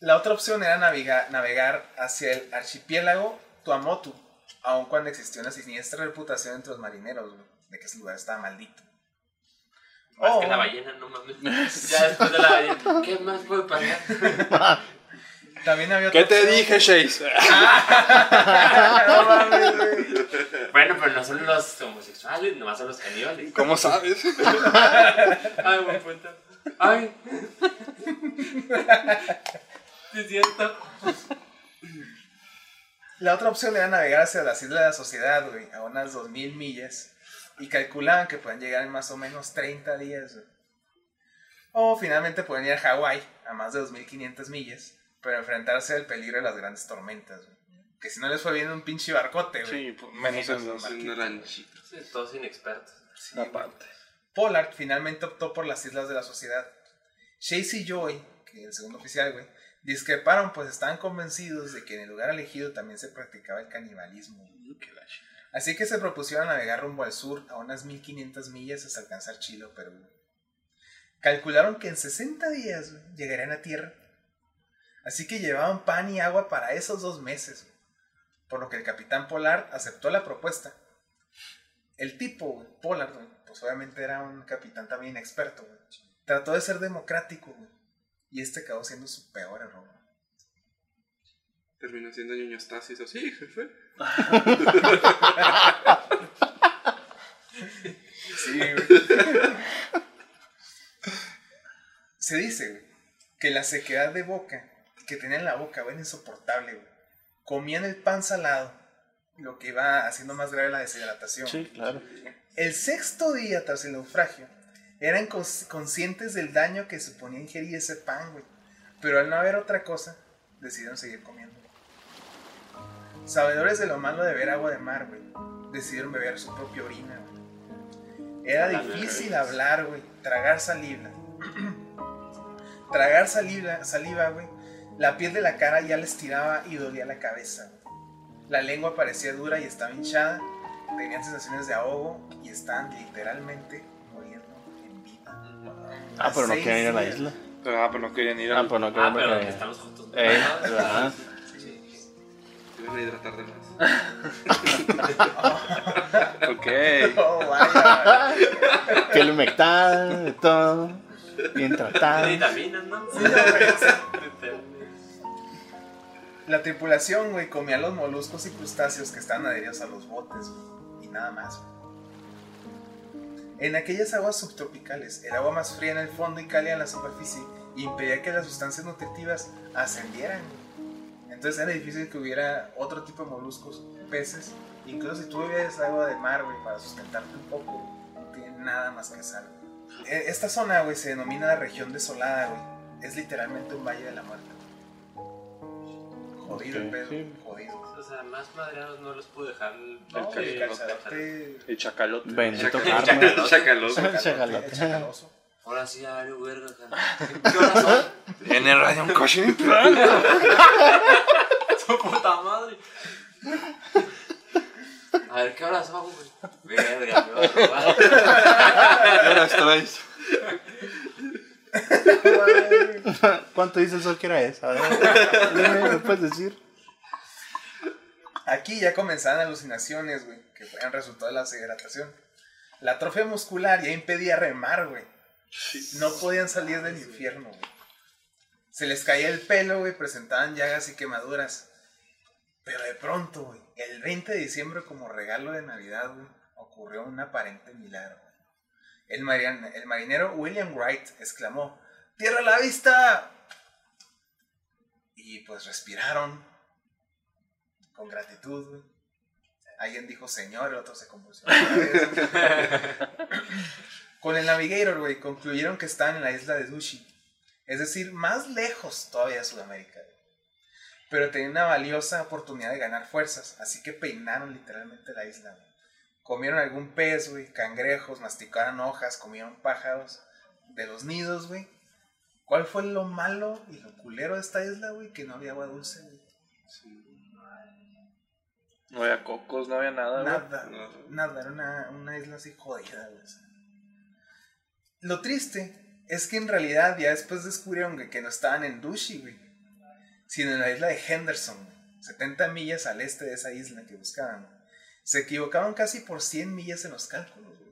A: La otra opción era navegar, navegar hacia el archipiélago Tuamotu, aun cuando existió una siniestra reputación entre los marineros, güey, de que ese lugar estaba maldito.
B: Más
A: Oh.
B: que la ballena, no mames. Ya después de la ballena, ¿qué más puede pasar?
A: También había
E: ¿Qué
A: otra
E: te
A: opción.
E: dije, Chase?
A: No mames, güey.
B: Bueno, pero no son los homosexuales, nomás son los caníbales.
E: ¿Cómo sabes?
B: Ay, buen punto. Ay. Sí, Es cierto.
A: La otra opción era navegar hacia las Islas de la Sociedad, güey, a unas 2000 millas. Y calculaban que pueden llegar en más o menos 30 días, güey. O finalmente pueden ir a Hawái, a más de 2500 millas, pero enfrentarse al peligro de las grandes tormentas, güey. Que si no les fue bien un pinche barcote, güey.
E: Sí, pues, menos en dos.
A: Marquito.
D: Una ranchita.
B: Sí, Todos inexpertos.
A: Sí, güey.
E: Aparte.
A: Pollard finalmente optó por las Islas de la Sociedad. Chase y Joy, que el segundo oficial, güey, discreparon pues estaban convencidos de que en el lugar elegido también se practicaba el canibalismo. Así que se propusieron navegar rumbo al sur a unas 1500 millas hasta alcanzar Chile o Perú. Calcularon que en 60 días güey, llegarían a tierra. Así que llevaban pan y agua para esos dos meses. güey. Por lo que el capitán Polar aceptó la propuesta. El tipo, güey, Pollard, güey, pues obviamente era un capitán también experto, güey. Trató de ser democrático, güey, Y este acabó siendo su peor error. güey.
D: Terminó siendo niño Stasis o sí, jefe.
A: Sí, güey. Se dice, güey, que la sequedad de boca que tenía en la boca, güey, era insoportable, güey. Comían el pan salado, lo que iba haciendo más grave la deshidratación.
C: Sí, claro.
A: El sexto día tras el naufragio, eran cons- conscientes del daño que suponía ingerir ese pan, güey. Pero al no haber otra cosa, decidieron seguir comiendo. Sabedores de lo malo de beber agua de mar, güey, decidieron beber su propia orina, güey. Era
B: A la
A: difícil
B: verga.
A: hablar, güey, tragar saliva. tragar saliva, saliva, güey. La piel de la cara ya les tiraba y dolía la cabeza. güey. La lengua parecía dura y estaba hinchada tenían sensaciones de ahogo y estaban literalmente muriendo en vida.
C: Ah, pero no
A: Seis
C: quieren ir a la
A: días.
C: isla.
E: Ah, pero no querían ir
C: Ah,
E: al
C: pero no
B: Ah,
C: quieren ir
B: pero
C: a
B: que
C: la isla.
B: estamos juntos.
C: Eh,
B: Ah,
C: ¿verdad?
B: sí.
D: Te iban a hidratar de más.
E: Ok.
A: Oh, vaya.
C: Piel humectada, de todo. Bien
B: Tiene
C: tratada.
B: vitaminas, ¿no?
A: Sí, no, güey, o sea,
B: Vitaminas.
A: la tripulación, güey, comía los moluscos y crustáceos que estaban adheridos a los botes, güey, y nada más. güey. En aquellas aguas subtropicales, el agua más fría en el fondo y cálida en la superficie impedía que las sustancias nutritivas ascendieran. güey. Entonces era difícil que hubiera otro tipo de moluscos, peces, incluso si tú bebías agua de mar, güey, para sustentarte un poco, güey, no tiene nada más que sal. güey. E- Esta zona, güey, se denomina la región desolada, güey. Es literalmente un valle de la muerte. Jodido el
C: Ok,
A: pedo,
C: sí.
A: jodido.
B: O sea, más madreados no los puedo dejar.
A: No,
B: el
A: el
B: cachalote.
A: cachalote.
E: Y chacalote.
C: Bendito
D: Chacal-
C: karma.
D: chacal- Chacaloso.
A: Chacalote,
C: Chacalote.
A: el chacaloso.
B: Ahora sí, Ario, verga. ¿Qué horas son?
E: En el Radio Coaching.
B: ¡Su puta madre! A ver, ¿qué horas son, güey? Verga, me va a robar.
E: Ahora traes.
A: eh,
C: ¿Cuánto dice el sol que era esa? A ver, dime, ¿me puedes decir?
A: Aquí ya comenzaban alucinaciones, güey, que eran resultado de la deshidratación. La atrofia muscular ya impedía remar, güey. No podían salir del infierno, güey. Se les caía el pelo, güey, presentaban llagas y quemaduras. Pero de pronto, güey, el 20 de diciembre como regalo de Navidad, güey, ocurrió un aparente milagro. güey. El, marian- el marinero William Wright exclamó, ¡Tierra a la vista! Y pues respiraron con gratitud, güey. Alguien dijo señor, el otro se convulsionó. otra vez, güey. Con el Navigator, güey, concluyeron que estaban en la isla de Dushi. Es decir, más lejos todavía de Sudamérica. güey. Pero tenían una valiosa oportunidad de ganar fuerzas, así que peinaron literalmente la isla. güey. Comieron algún pez, güey, cangrejos, masticaron hojas, comieron pájaros de los nidos, güey. ¿Cuál fue lo malo y lo culero de esta isla, güey? Que no había agua dulce, güey.
E: No había cocos, no había nada, güey.
A: Nada, nada, era una, una isla así jodida, güey. o sea. Lo triste es que en realidad ya después descubrieron güey, que no estaban en Dushi, güey, sino en la isla de Henderson, güey, 70 millas al este de esa isla que buscaban. güey. Se equivocaron casi por 100 millas en los cálculos, güey.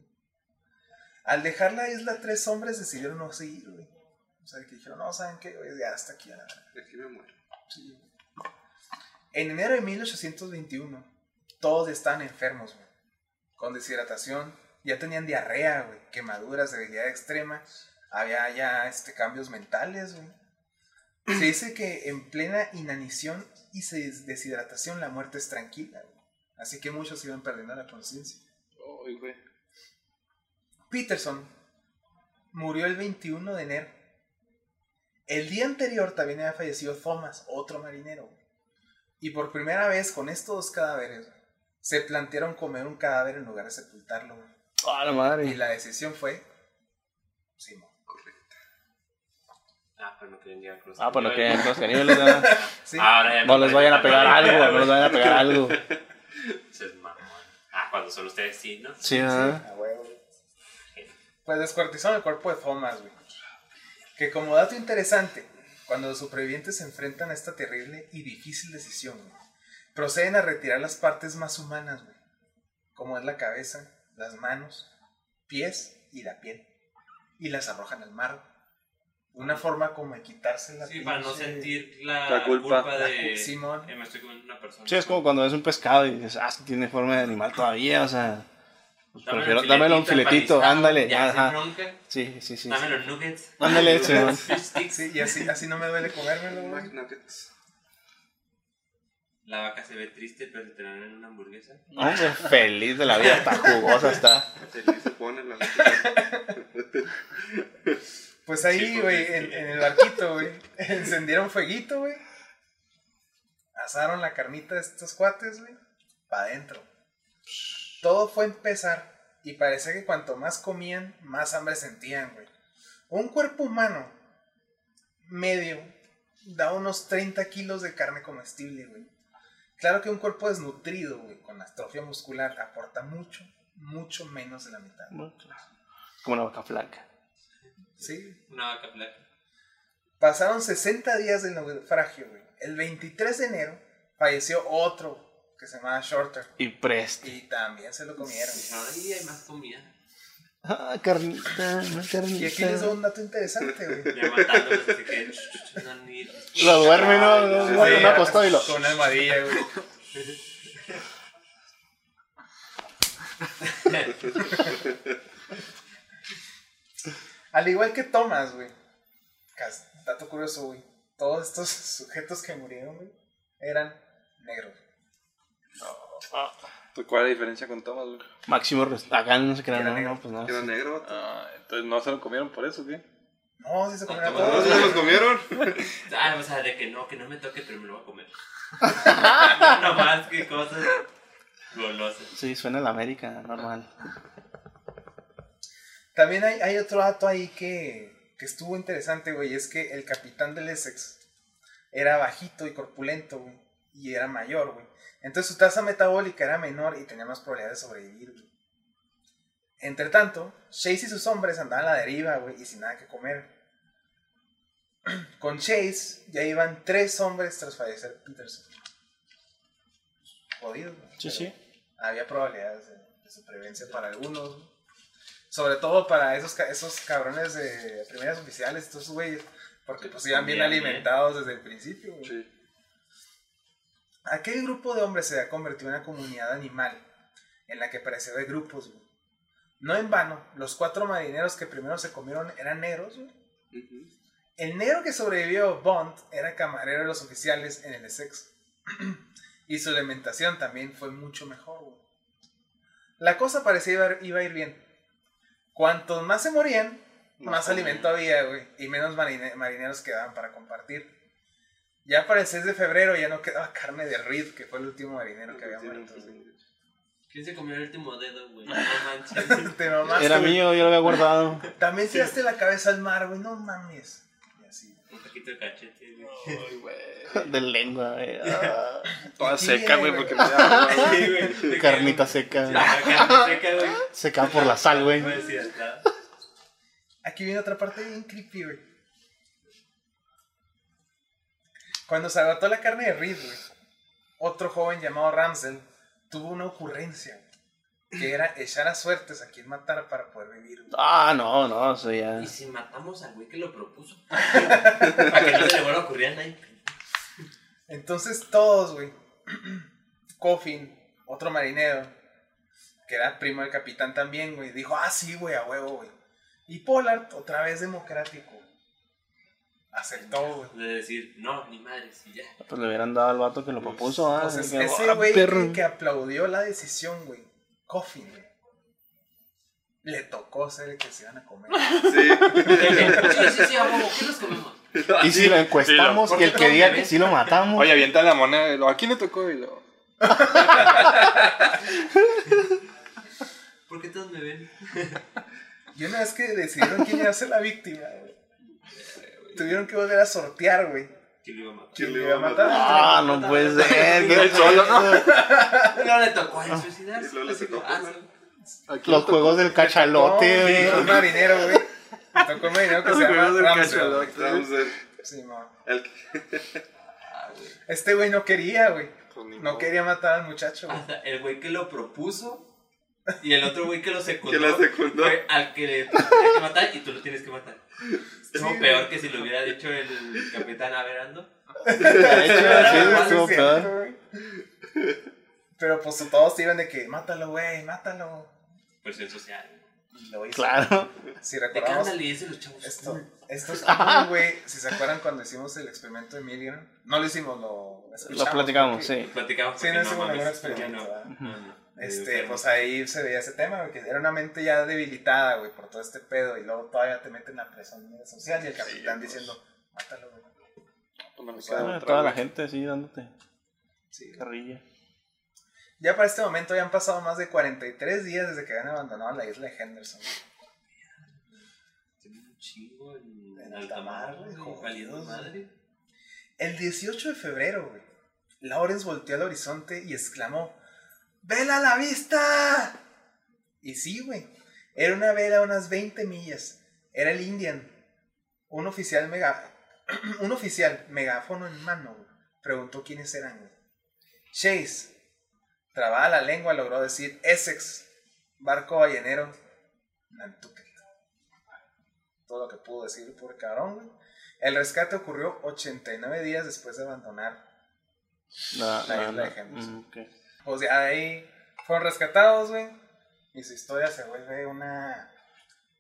A: Al dejar la isla, tres hombres decidieron no seguir, güey. O sea, que dijeron, no, ¿saben qué? güey? Ya hasta aquí, a la verga".
D: Aquí me muero.
A: En enero de 1821, todos estaban enfermos, güey. Con deshidratación, ya tenían diarrea, güey, quemaduras, debilidad extrema, había ya este, cambios mentales, güey. Se dice que en plena inanición y se- deshidratación la muerte es tranquila, güey. Así que muchos iban perdiendo la conciencia.
D: Ay, güey.
A: Peterson murió el 21 de enero. El día anterior también había fallecido Thomas, otro marinero. güey. Y por primera vez con estos dos cadáveres, güey, se plantearon comer un cadáver en lugar de sepultarlo. güey.
C: A Ah, la
A: Y
C: madre.
A: la decisión fue... Simón.
B: Ah, pero no quieren llegar con los
C: Ah, pues no
B: caníbales.
C: quieren los caníbales, ¿verdad?
A: Sí.
B: Ahora ya
C: No
B: me
C: les vayan a pegar
B: parece-
C: algo, no les vayan a pegar algo.
B: Se es mamón. Ah, cuando son ustedes sí, ¿no?
C: Sí,
A: Sí,
C: ¿verdad?
A: a huevo. Pues descuartizaron el cuerpo de Thomas, güey. Que como dato interesante, cuando los supervivientes se enfrentan a esta terrible y difícil decisión, güey, proceden a retirar las partes más humanas, güey. Como es la cabeza, las manos, pies y la piel. Y las arrojan al mar. güey. Una forma como de quitarse la
B: Sí, para no
A: pinche-
B: sentir la,
C: La culpa.
B: culpa.
A: la
B: de.
A: cu- Simón.
B: eh, me estoy comiendo una persona.
C: Sí, es como cuando ves un pescado y dices, ah, sí tiene forma de animal todavía, o sea. Pues
B: Dámelo
C: prefiero,
B: en
C: dámelo un
B: filetito,
C: filetito,
B: empanizado,
C: ándale,
B: Ya, sin
C: ajá.
B: bronca.
C: Sí, sí, sí.
B: Dame los nuggets.
C: Ándale, sí, man.
B: Fish sticks.
A: Sí, y así, así no me duele comérmelo, güey.
D: McNuggets.
B: La vaca se ve triste, pero se te la dan en una hamburguesa.
C: Hombre, feliz de la vida, está jugosa, está.
D: Feliz se pone la leche.
A: Pues
B: Sí,
A: ahí,
B: porque
A: güey,
B: sí.
A: en, en el barquito, güey. Encendieron fueguito, güey. Asaron la carnita de estos cuates, güey. Para adentro. Todo fue empezar. Y parece que cuanto más comían, más hambre sentían, güey. Un cuerpo humano medio da unos 30 kilos de carne comestible, güey. Claro que un cuerpo desnutrido, güey, con atrofia muscular, aporta mucho, mucho menos de la mitad.
C: Como una vaca flaca.
A: Sí,
B: Una vaca plata.
A: Pasaron 60 días del naufragio, güey. El 23 de enero falleció otro que se llamaba Shorter.
C: Y preste.
A: Y también se lo comieron.
B: Dijeron, ahí hay más comida.
C: Ah, carnita, una carnita.
A: Y aquí les doy un dato interesante, güey.
B: Ya matándolos, así pues, que. "Shh, no, ni-
C: Lo duerme, ¿no?
B: Ay,
C: Lo-
B: sí,
C: lo-
B: sí,
C: lo acostó y lo-
A: Con una almohadilla, güey. Al igual que Thomas, güey. Cas- Dato curioso, güey. Todos estos sujetos que murieron, güey, eran negros.
E: Pues, ¿Cuál es la diferencia con Thomas, güey?
C: Máximo res- Acá no se crean,
A: Era
C: no,
A: negro.
C: no, pues no.
D: Era negro. vato.
E: Ah, entonces no se lo comieron por eso, ¿qué?
A: No, sí se comieron a
B: Thomas.
D: ¿No
A: todos.
D: se
A: güey.
D: los comieron?
B: Ah, o sea, de que no, que no me toque, pero me lo voy a comer. no más que cosas golosas.
C: Sí, suena la América, normal.
A: También hay, hay otro dato ahí que, que estuvo interesante, güey. Es que el capitán del Essex era bajito y corpulento, güey. Y era mayor, güey. Entonces su tasa metabólica era menor y tenía más probabilidad de sobrevivir, güey. Entre tanto, Chase y sus hombres andaban a la deriva, güey, y sin nada que comer. Con Chase ya iban tres hombres tras fallecer Peterson. Jodido, güey,
C: Sí,
A: pero-
C: sí.
A: había probabilidades de, de supervivencia para algunos. ¿no? Sobre todo para esos, ca- esos cabrones de primeras oficiales, estos güeyes. Porque pues iban bien
B: Comían bien.
A: alimentados desde el principio. güey.
E: Sí.
A: Aquel grupo de hombres se había convertido en una comunidad animal, en la que parecía de grupos. güey. No en vano, los cuatro marineros que primero se comieron eran negros. güey. El negro que sobrevivió, Bond, era camarero de los oficiales en el sexo. y su alimentación también fue mucho mejor. güey. La cosa parecía iba, iba a ir bien. Cuantos más se morían, más alimento había, güey, y menos marine- marineros quedaban para compartir. Ya para el 6 de febrero ya no quedaba carne de Reed, que fue el último marinero que había muerto. güey.
B: ¿Quién se comió el último dedo, güey? No manches.
A: Te mamaste,
C: Era
A: güey.
C: mío, yo lo había guardado.
A: También tiraste la cabeza al mar, güey, no mames. Y así.
B: Un poquito de cachete, güey.
C: De lengua, eh. Ah,
E: Toda
A: Sí,
E: seca, güey,
A: güey.
E: porque me da agua, güey.
B: Sí, güey, de que-
C: Carnita
B: Sí,
C: seca.
B: la carne seca, güey.
C: Seca por la sal, güey.
B: No decía nada.
A: Aquí viene otra parte bien creepy, güey. Cuando se agotó la carne de Reed, güey, otro joven llamado Ramsel tuvo una ocurrencia, güey, que era echar a suertes a quien matar para poder vivir. güey.
C: Ah, no, no, eso ya.
B: ¿Y si matamos al güey que lo propuso? Para que no se le vuelva a ocurrir a nadie.
A: Entonces todos, güey. Coffin, otro marinero, que era primo del capitán también, güey, dijo, ah, sí, güey, a huevo, güey. Y Pollard, otra vez democrático, aceptó, güey.
B: De decir, no, ni madre, sí, ya.
C: Pues le hubieran dado al vato que lo propuso, ah,
A: Entonces,
C: que,
A: Pues ese
C: ah,
A: güey
C: perro.
A: que, que aplaudió la decisión, güey, Coffin, güey, le tocó ser el que se iban a comer.
D: Sí.
B: sí, sí, sí, a huevo, ¿qué nos comemos?
C: Y si lo encuestamos
B: Sí, lo-
C: y el que diga que sí lo matamos.
E: Oye, avienta la moneda. y luego, ¿A quién le tocó? Y luego,
B: ¿Por qué todos me ven?
A: Y una vez que decidieron quién iba a ser la víctima, güey, tuvieron que volver a sortear, güey.
B: ¿Quién lo iba a matar?
D: ¿Quién
A: le iba a matar?
C: Ah, no puede ser. qué
E: Él solo, ¿no?
C: pedo.
B: No le tocó el Ah, suicidarse.
D: Y luego le
B: así que,
D: tocó,
B: ah,
D: ¿no?
B: sí.
E: ¿a quién
C: Los
E: le tocó?
C: juegos del cachalote,
A: No,
C: güey.
A: güey, un marinero, güey. Me tocó un marinero que se llama Ramsey.
D: Vamos a ver.
A: Simón.
D: El que-
A: Este güey no quería, güey.
E: Pues ni
A: No
E: modo.
A: quería matar al muchacho, güey.
B: Hasta el güey que lo propuso y el otro güey que lo secundó.
D: Que lo secundó.
B: fue al que le tenía que matar y tú lo tienes que matar. Estuvo
A: Sí,
B: peor que si lo hubiera dicho el capitán Averando.
C: De hecho, sí,
A: Ah, sí,
C: estuvo
A: es
C: peor.
A: cierto, güey. Pero pues todos iban de que, mátalo, güey, mátalo.
B: Presión social.
A: Y lo hizo.
C: Claro.
A: Si
B: De
A: recordamos
B: cándale, dicen los chavos.
A: esto, estos cool, güey, si se acuerdan cuando hicimos el experimento de Miriam, no lo hicimos, lo escuchamos.
C: Lo platicamos,
A: porque-
C: sí.
B: Platicamos
A: Sí,
B: porque
A: no hicimos ningún
B: mames,
A: experimento,
B: porque
A: ¿verdad?
B: no, no.
A: Este, pues ahí se veía ese tema, güey, que era una mente ya debilitada, güey, por todo este pedo, y luego todavía te meten la presión social y el capitán
D: pues.
A: diciendo, mátalo, güey.
E: Pues no me
A: Ah,
E: queda otra,
C: Toda la
E: güey.
C: gente así dándote
A: Sí, güey.
C: carrilla.
A: Ya para este momento ya han pasado más de 43 días desde que habían abandonado la isla de Henderson.
B: Tiene un chingo en,
A: En
B: alta mar,
A: alta mar,
B: güey,
A: güey,
B: valiendo
A: jodidos.
B: madre.
A: El 18 de febrero, güey, Lawrence volteó al horizonte y exclamó, ¡Vela a la vista! Y sí, güey, era una vela a unas 20 millas. Era el Indian. Un oficial mega... un oficial, megáfono en mano, güey, preguntó quiénes eran, güey. Chase, trabada la lengua, logró decir Essex, barco ballenero, Nantucket. Todo lo que pudo decir por cabrón, güey. El rescate ocurrió 89 días después de abandonar.
C: La,
A: La
C: la,
A: isla de
C: la-
A: Henderson.
C: mm, ok.
A: O sea, ahí fueron rescatados, güey. Y su historia se vuelve una,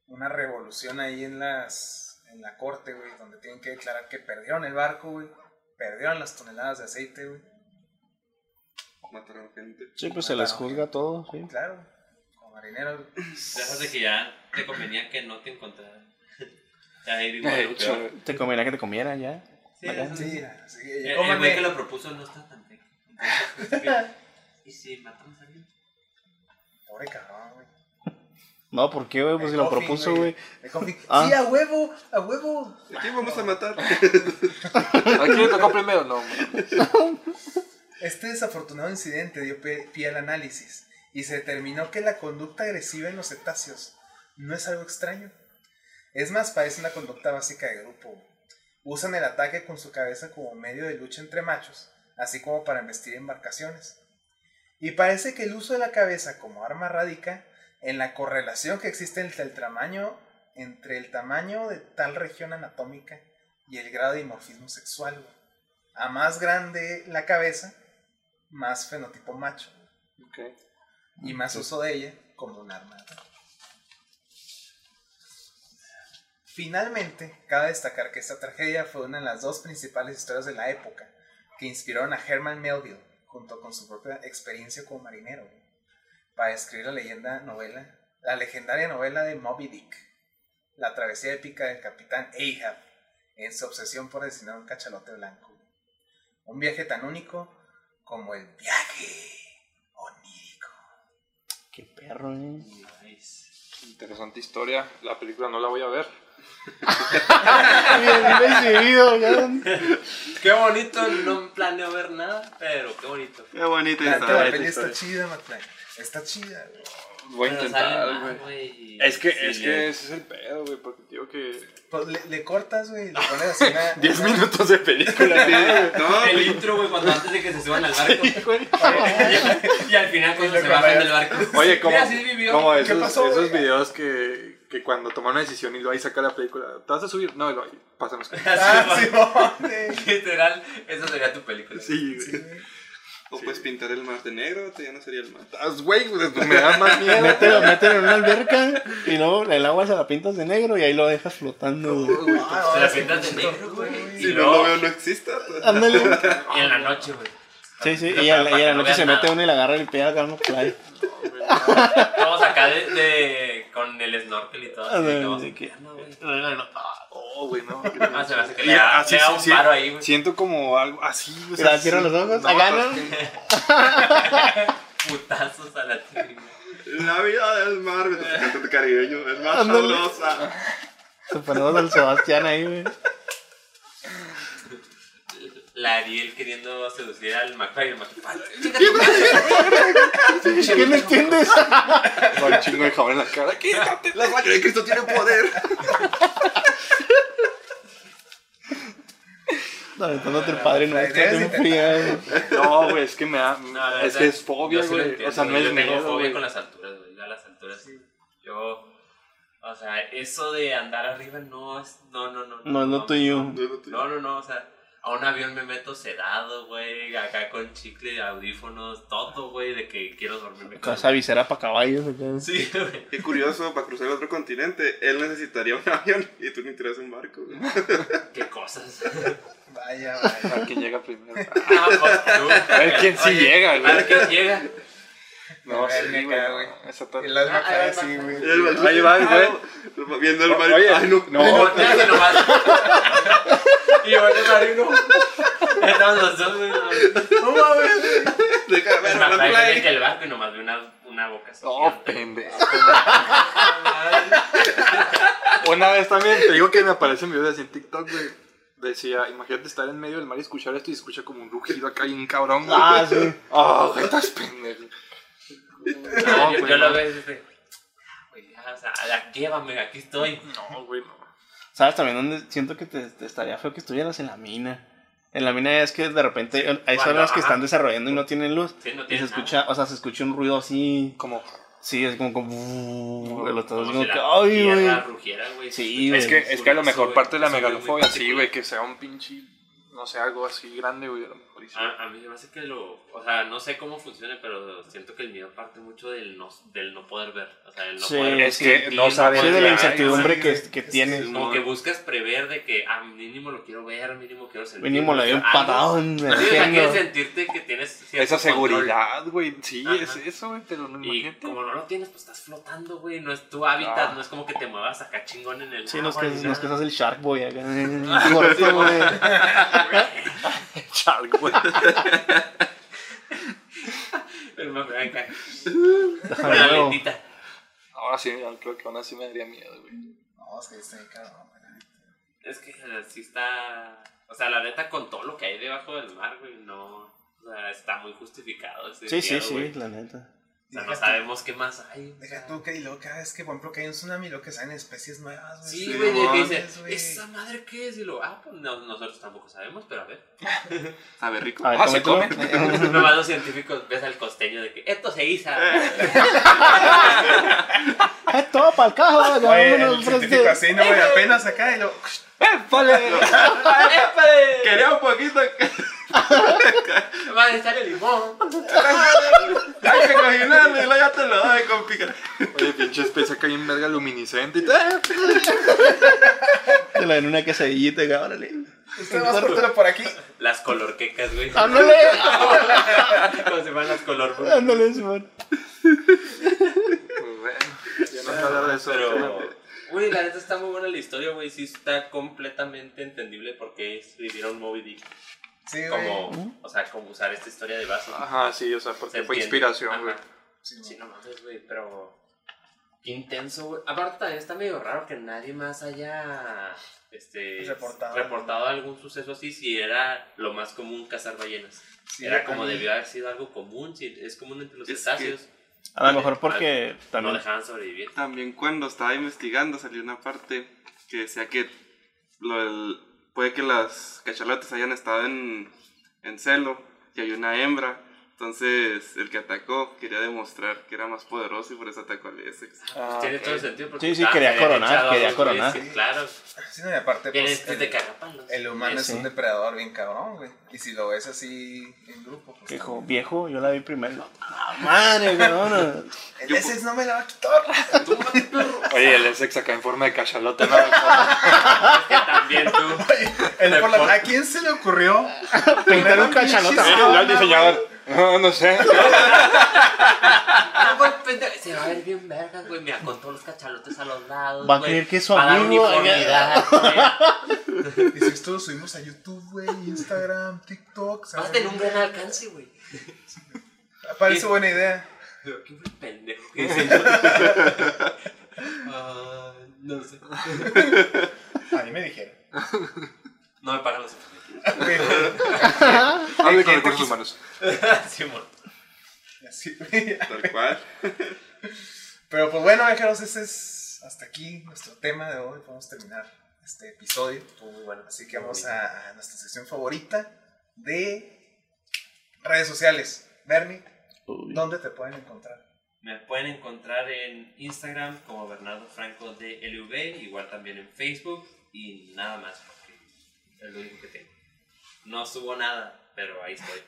A: una revolución ahí en las en la corte, güey, donde tienen que declarar que perdieron el barco, güey. Perdieron las toneladas de aceite, güey.
D: Mataron gente.
C: Sí, pues se les juzga todo, sí.
A: Claro, como marineros. güey.
B: De esas de que ya te convenía que no te encontraran. Ya ahí
E: Eh,
B: digo, lo peor.
C: Te convenía que te comiera ya.
B: Sí, eso sí.
A: Sí, sí. eh,
B: El-
A: ya
B: El
A: cómanme.
B: güey que lo propuso no está tan feo. Entonces, ¿Y si matamos a alguien?
A: Pobre cabrón, güey.
C: No, ¿por qué, güey? Pues si lo
A: Coffin,
C: propuso, güey.
A: El coffee,
C: Ah.
A: Sí, a huevo, a huevo.
D: ¿A quién vamos a matar?
E: ¿A quién le tocó primero? No, güey.
A: Este desafortunado incidente dio pe- pie al análisis y se determinó que la conducta agresiva en los cetáceos no es algo extraño. Es más, parece una conducta básica de grupo. Usan el ataque con su cabeza como medio de lucha entre machos, así como para embestir embarcaciones. Y parece que el uso de la cabeza como arma radica en la correlación que existe entre el tamaño, entre el tamaño de tal región anatómica y el grado de dimorfismo sexual. güey. A más grande la cabeza, más fenotipo macho
E: Ok.
A: y más uso de ella como un arma. Finalmente, cabe destacar que esta tragedia fue una de las dos principales historias de la época que inspiraron a Herman Melville, junto con su propia experiencia como marinero, güey, para escribir la leyenda novela, la legendaria novela de Moby Dick, la travesía épica del capitán Ahab en su obsesión por asesinar a un cachalote blanco. Un viaje tan único como el viaje onírico.
C: Qué perro, eh. güey.
B: Nice.
E: Interesante historia. La película no la voy a ver.
C: Ah, Bien recibido, ya.
B: Qué bonito, no planeo ver nada, pero qué bonito.
D: Qué bonita
A: La neta, la
D: historia.
A: peli está chida, McFly. Está chida, güey.
E: Voy a
B: Pero
E: intentar,
B: sale mal,
E: güey.
B: güey.
E: Es que,
B: Sí, eh.
E: es que
B: le-
E: ese es el pedo, güey, porque digo que...
A: Pues le, le cortas, güey, y le pones así una.
E: 10
A: una-
E: minutos de película, tío.
D: No, pues,
B: El
D: güey.
B: intro, güey, cuando antes de que se suban al barco.
E: güey.
B: y al final cuando
A: Y lo
B: se bajan
A: que
B: del barco.
E: Oye, como,
B: Mira, así vivió.
E: como
A: ¿Qué
E: esos,
A: pasó,
E: esos
A: güey?
E: videos que, que cuando toma una decisión y lo ahí saca la película, ¿te vas a subir? No, y lo ahí, pásanos.
A: Ah, sí,
B: Literal, esa sería tu película.
E: Sí, güey.
D: O puedes pintar el mar de negro, esto ya no sería el mar.
E: Estás, güey, pues, me da más miedo.
C: Mételo, mételo en una alberca y luego el agua se la pintas de negro y ahí lo dejas flotando. güey.
A: Ah,
B: Se la pintas de negro, güey.
D: Si
B: Y
D: no lo
B: luego,
D: veo, no exista. pues.
C: Ándale.
B: y en la noche, güey.
C: Sí, sí, y a la, y a la
B: No
C: noche se
B: veas
C: mete
B: nada.
C: uno y le agarra el pie al Calmo Play.
B: Vamos acá de, de- con el snorkel y todo. Así,
C: Ándale,
B: que vamos-
C: de que-
B: Ah, no, güey.
E: Oh, güey, no.
B: Ah, se me hace que
E: Y
B: le da,
E: así
B: le da un
E: sí, sí.
B: paro ahí, güey.
E: Siento como algo así, o
C: Se la
E: sea,
C: cierran
E: sí.
C: los ojos,
E: No,
C: agarran.
E: pues, que-
B: Putazos a la tribuna.
D: La vida del mar, me está cantando caribeño, es más
C: Ándale.
D: sabrosa.
C: Se ponemos al Sebastián ahí, güey.
B: La Ariel queriendo seducir al McFly. El McFly. "Ah, chica,
C: ¿Qué no entiendes?
E: Con un chingo de jabón en la cara. Quítate.
D: La sangre de Cristo tiene poder.
C: Aventándote el padre nuestro, bien fría, güey.
E: No, güey, es que me da.
B: No, la
E: es
B: verdad,
E: que es
B: yo
E: fobia,
B: sí lo
E: güey.
B: entiendo,
E: O sea, no
B: güey.
E: es
B: Yo tengo
E: miedo,
B: fobia
E: güey.
B: con las alturas, güey. Yo a las alturas. Yo. O sea, eso de andar arriba no es. No, no, no.
C: No, no tuyo.
B: No, no, no. O sea, a un avión me meto sedado, güey. Acá con chicle, audífonos, todo, güey. De que quiero dormirme. con-
C: Casa visera para caballos, acá.
B: Sí, güey.
D: Qué curioso, para cruzar el otro continente, él necesitaría un avión y tú necesitarías un barco. güey.
B: Qué cosas.
A: Vaya, vaya.
E: A ver quién llega primero.
B: Ah, pues tú.
E: A ver quién sí
B: Oye,
E: llega,
B: A ver
E: güey.
B: quién llega.
E: No,
A: Verga,
E: sí, güey,
A: cabrón.
E: güey. Esa tal-
A: El alma
B: Ah,
A: cae
B: ahí
A: así, güey.
D: El balcón.
E: Ahí va, güey.
D: güey. Viendo el mar.
E: Oye,
D: Ay, no.
E: no,
B: Volteate nomás. Y yo en el marino. Estamos los dos, güey.
A: No mames.
D: Deja de ver,
B: El
D: no,
B: McFly
D: play.
B: viene del barco y nomás ve una, una Ah, boca así.
E: No, pendejo. Una vez también, te digo que me aparecen videos así en TikTok, güey. Decía, imagínate estar en medio del mar y escuchar esto y escucha como un rugido acá y un cabrón, güey.
C: Ah, sí.
E: Ah, güey, estás pendejo.
B: No,
E: No,
B: yo,
E: güey,
B: yo
E: no.
B: lo veo y dice, "Ah, güey, ya, o sea, la- llévame, aquí estoy.
E: No, güey, no.
C: ¿Sabes también dónde siento que te, te estaría feo que estuvieras en la mina? En la mina es que de repente hay
B: Cuando,
C: zonas que
B: ajá.
C: están desarrollando y no tienen luz.
B: Sí, no
C: Y se
B: tiene
C: escucha, o sea, se escucha un ruido así.
E: Como,
C: Sí, es como como. Lo estás
B: Como
C: como
B: si
C: que.
B: la
C: Ay,
B: tierra
C: güey.
B: rugiera, güey.
C: Sí,
E: es que, es que a lo mejor
B: Eso,
E: parte de la
B: güey, eso es muy
E: megalofobia, sí,
B: particular.
E: güey, que sea un pinche, no sé, algo así grande, güey, a lo mejor y sí.
B: A, a mí se me hace que lo. O sea, no sé cómo funciona, pero siento que el miedo parte mucho del no, del no poder ver. O sea, el no
C: Sí,
B: poder
E: es que
B: sentir,
E: no sabes,
C: Sí, de la
E: Ay,
C: incertidumbre
A: sí,
C: que,
A: güey.
C: que
A: Sí,
C: tienes.
B: Como que buscas prever de que ah, mínimo lo quiero ver, mínimo quiero sentir.
C: Mínimo le dio un
B: algo.
C: patadón.
B: Ah, Sí, o sea, quieres
C: haciendo.
B: sentirte que tienes cierto
E: Esa
B: control.
E: seguridad, güey, sí,
B: Ajá.
E: es eso, güey, pero no
B: Y
E: imagínate.
B: como no lo tienes, pues estás flotando, güey. No es tu hábitat,
E: Ah.
B: no es como que te muevas acá chingón en el
C: Sí, nos
B: agua
C: que,
B: ni
C: nos que
B: nada.
C: haces el Shark Boy acá. Correcto, güey.
E: Chal, güey.
B: Pero me fue acá, con
C: Déjame
B: la
C: luego.
B: lentita.
E: Ahora sí, yo creo que aún así me daría miedo, güey.
A: No, es que está bien cabrón, güey.
B: Es que así está. O sea, la neta, con todo lo que hay debajo del mar, güey, no. O sea, está muy justificado ese
C: Sí, sí,
B: miedo,
C: sí,
B: güey.
C: la neta.
B: O sea, no sabemos qué más hay. o sea.
A: Deja tú que y luego cada vez que, por ejemplo, que hay un tsunami, lo que salen especies nuevas, güey.
B: Sí, güey, de que dice,
A: mames,
B: ¿esa madre qué es? Y lo, ah, pues no- nosotros tampoco sabemos, pero a ver.
D: Sabe rico.
C: A ver,
E: Ah, ¿se
C: cómetelo.
B: No van los científicos, ves al costeño de que esto se hizo.
C: ¡Eh, todo para el cajo!
A: Oye, el
C: vámonos,
A: científico
C: frente.
A: así, no, güey, apenas acá y lo...
B: ¡Épale!
D: Quería un poquito.
B: Va a estar el limón.
D: Hay que cocinarlo y luego ya te lo doy con pica.
E: Oye, pinche especie que hay en verga luminiscente y
C: Te la en una quesadillita, acá, órale.
A: Usted más córtalo por aquí.
B: Las colorquecas, güey.
C: ¡Ándale!
B: Como se van las color, güey.
C: ¡Ándale, Simón!
E: Pues bueno, ya no se hablar de eso.
B: Pero, güey, la neta está muy buena la historia, güey. Sí, está completamente entendible por qué escribieron Moby Dick.
A: Sí, güey.
B: Como, o sea, como usar esta historia de base.
E: Ajá, sí, o sea, porque
B: Se
E: fue
B: entiende.
E: inspiración,
B: Ajá.
E: güey.
A: Sí,
B: Sí, no mames, güey, pero. Qué intenso, güey. Aparte, también está medio raro que nadie más haya. Este,
A: Reportado.
B: reportado algún suceso así, si era lo más común cazar ballenas.
A: sí,
B: era
A: a
B: como
A: mí-
B: debió haber sido algo común, si es común entre los
D: Es que-
B: cetáceos.
C: A lo mejor porque
B: No
C: también.
B: dejaban sobrevivir.
D: También cuando estaba investigando salió una parte que decía que lo del- puede que las cachalotes hayan estado en, en celo y hay una hembra Entonces, el que atacó quería demostrar que era más poderoso y por eso atacó al Essex.
E: Ah,
B: Tiene
E: ok.
B: todo el sentido porque
C: Sí, sí,
B: estaba
C: quería
B: bien
C: coronar,
B: echado a
C: quería
B: los güeyes,
C: coronar.
B: sí, claro.
A: Sí, no, y aparte,
B: Viene
A: pues,
B: después de
A: el,
B: cagapalos.
A: el humano
C: Sí,
A: es un
C: sí.
A: depredador bien cabrón, güey. Y si lo ves así en grupo, pues.
C: Que dijo,
A: también.
C: viejo, yo la vi primero. No, ¡Ah, madre, cabrón.
A: El
D: Yo-
A: Essex no me la va a quitar.
E: Oye, el Essex acá en forma de cachalote, ¿no?
B: Es que también tú.
A: El por la-
B: por-
A: ¿A quién se le ocurrió?
C: Pintar un
A: Ponerle
C: cachalote.
A: pinche
E: Yo el
A: sábana,
E: diseñador. No, no sé.
B: Ah, güey, pendejo, Se va a ver bien verga, güey. Mira, con todos los cachalotes a los lados.
C: Va a
B: güey,
C: creer que es su
B: va a dar
C: amigo,
B: uniformidad, güey.
A: güey. Y si esto lo subimos a YouTube, güey, Instagram, TikTok.
B: Vas a
A: ¿sabes?
B: tener un gran alcance, güey.
A: Parece buena idea.
B: Pero qué buen pendejo que dice. Ah, no sé.
A: A mí me dijeron.
B: No me pagan los
A: Güey,
E: Hable con
A: gente
E: recursos
A: quiso-
E: humanos.
B: Simón.
A: así, güey.
D: Tal cual.
A: Pero pues bueno, viajeros, ese es hasta aquí nuestro tema de hoy. Podemos terminar este episodio.
B: Estuvo muy bueno.
A: Así que vamos a, a nuestra sección favorita de redes sociales. Bernie, ¿dónde te pueden encontrar?
B: Me pueden encontrar en Instagram como Bernardo Franco de LV, igual también en Facebook y nada más, porque es lo único que tengo. No subo nada, pero ahí estoy.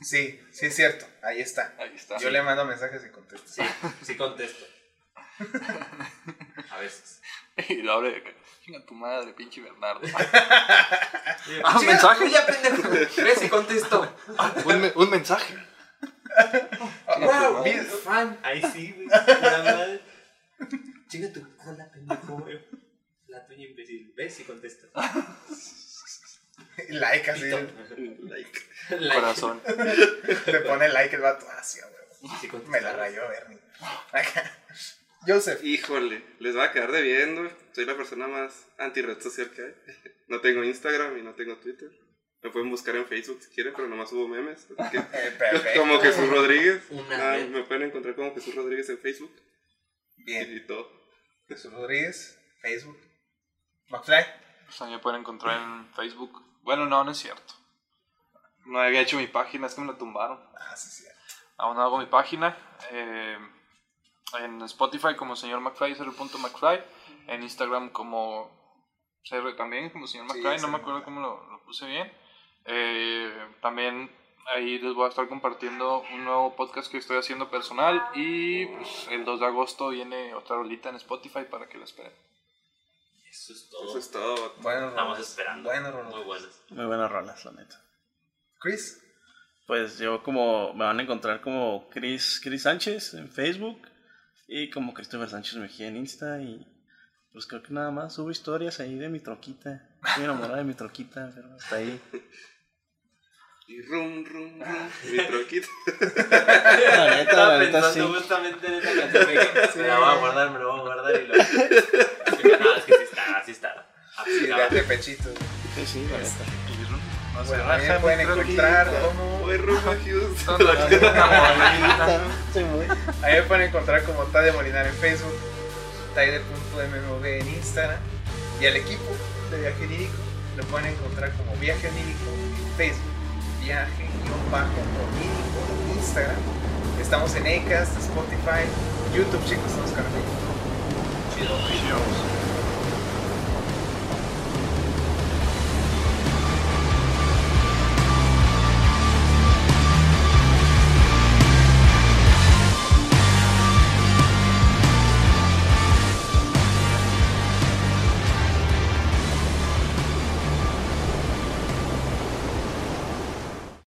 A: Sí, sí es cierto, ahí está.
E: Ahí está.
A: Yo le mando mensajes y contesto.
B: Sí, sí contesto. A veces.
E: Y lo abre de acá. Chinga tu madre, pinche Bernardo.
B: Ah,
E: ¿un mensaje?
B: Ya, pendejo. Ve si contesto.
E: Un, me- un mensaje.
A: Ah,
B: Wow,
A: bien.
B: fan. Ahí sí, güey. La madre. Chinga tu cola, pendejo, güey. La tuya, imbécil. Ve si contesto.
A: Like así,
D: Like.
B: Like.
E: Corazón.
A: te pone like el vato. Ah, sí, a huevo.
B: Sí contesto.
A: Me la rayó Bernie. Acá. Joseph,
D: Híjole, les va a quedar debiendo. Soy la persona más anti-red social que hay. No tengo Instagram y no tengo Twitter. Me pueden buscar en Facebook si quieren, pero nomás subo memes. así que-
A: eh, perfecto.
D: como Jesús Rodríguez.
B: Una
D: Ah,
B: red.
D: me pueden encontrar como Jesús Rodríguez en Facebook y,
A: Bien,
D: y todo.
A: Jesús Rodríguez, Facebook. McFly,
E: Pues también me pueden encontrar en Facebook. Bueno, no, no es cierto. No había hecho mi página, es que me la tumbaron.
A: ah, sí, sí.
E: Aún no hago mi página. eh, en Spotify como señor McFly, 0.mcfly. En Instagram como CR también, como señor
A: Sí,
E: McFly.
A: ese
E: no
A: no.
E: me acuerdo cómo lo, lo puse bien. Eh, también ahí les voy a estar compartiendo un nuevo podcast que estoy haciendo personal. Y pues, el 2 de agosto viene otra rolita en Spotify para que la esperen.
B: Eso es
D: Eso
B: todo.
D: es todo.
A: Bueno,
B: Estamos
A: Rolos.
B: esperando.
A: Bueno,
B: Muy
A: Rolos.
B: buenas.
C: Muy buenas rolas, la neta.
A: Chris,
C: Pues yo como me van a encontrar como Chris, Chris Sánchez en Facebook y como Christopher Sánchez Mejía en Insta y pues creo que nada más subo historias ahí de mi troquita. Estoy enamorado de mi troquita, pero hasta ahí.
D: Y rum, rum, rum. Mi troquita.
C: La neta,
B: Estaba
C: la neta sí.
B: pensando justamente en esa canción. de que Me la voy a guardar, me la voy a guardar y lo. No, es que sí está, así está.
A: sí,
B: Así la-
A: date pechito.
C: Sí, sí, la neta.
A: Bueno, ahí me pueden encontrar como.
D: Ay, rum, Houston.
C: Sí, muy-
A: Ahí me pueden encontrar como Tade Molinar en Facebook, Tade.mmv en Instagram y al equipo de Viaje Lírico lo pueden encontrar como Viaje Onírico en Facebook, Viaje bajo Onírico en Instagram. Estamos en Acast, Spotify, YouTube, chicos, estamos con el
B: Chido.
E: Adiós.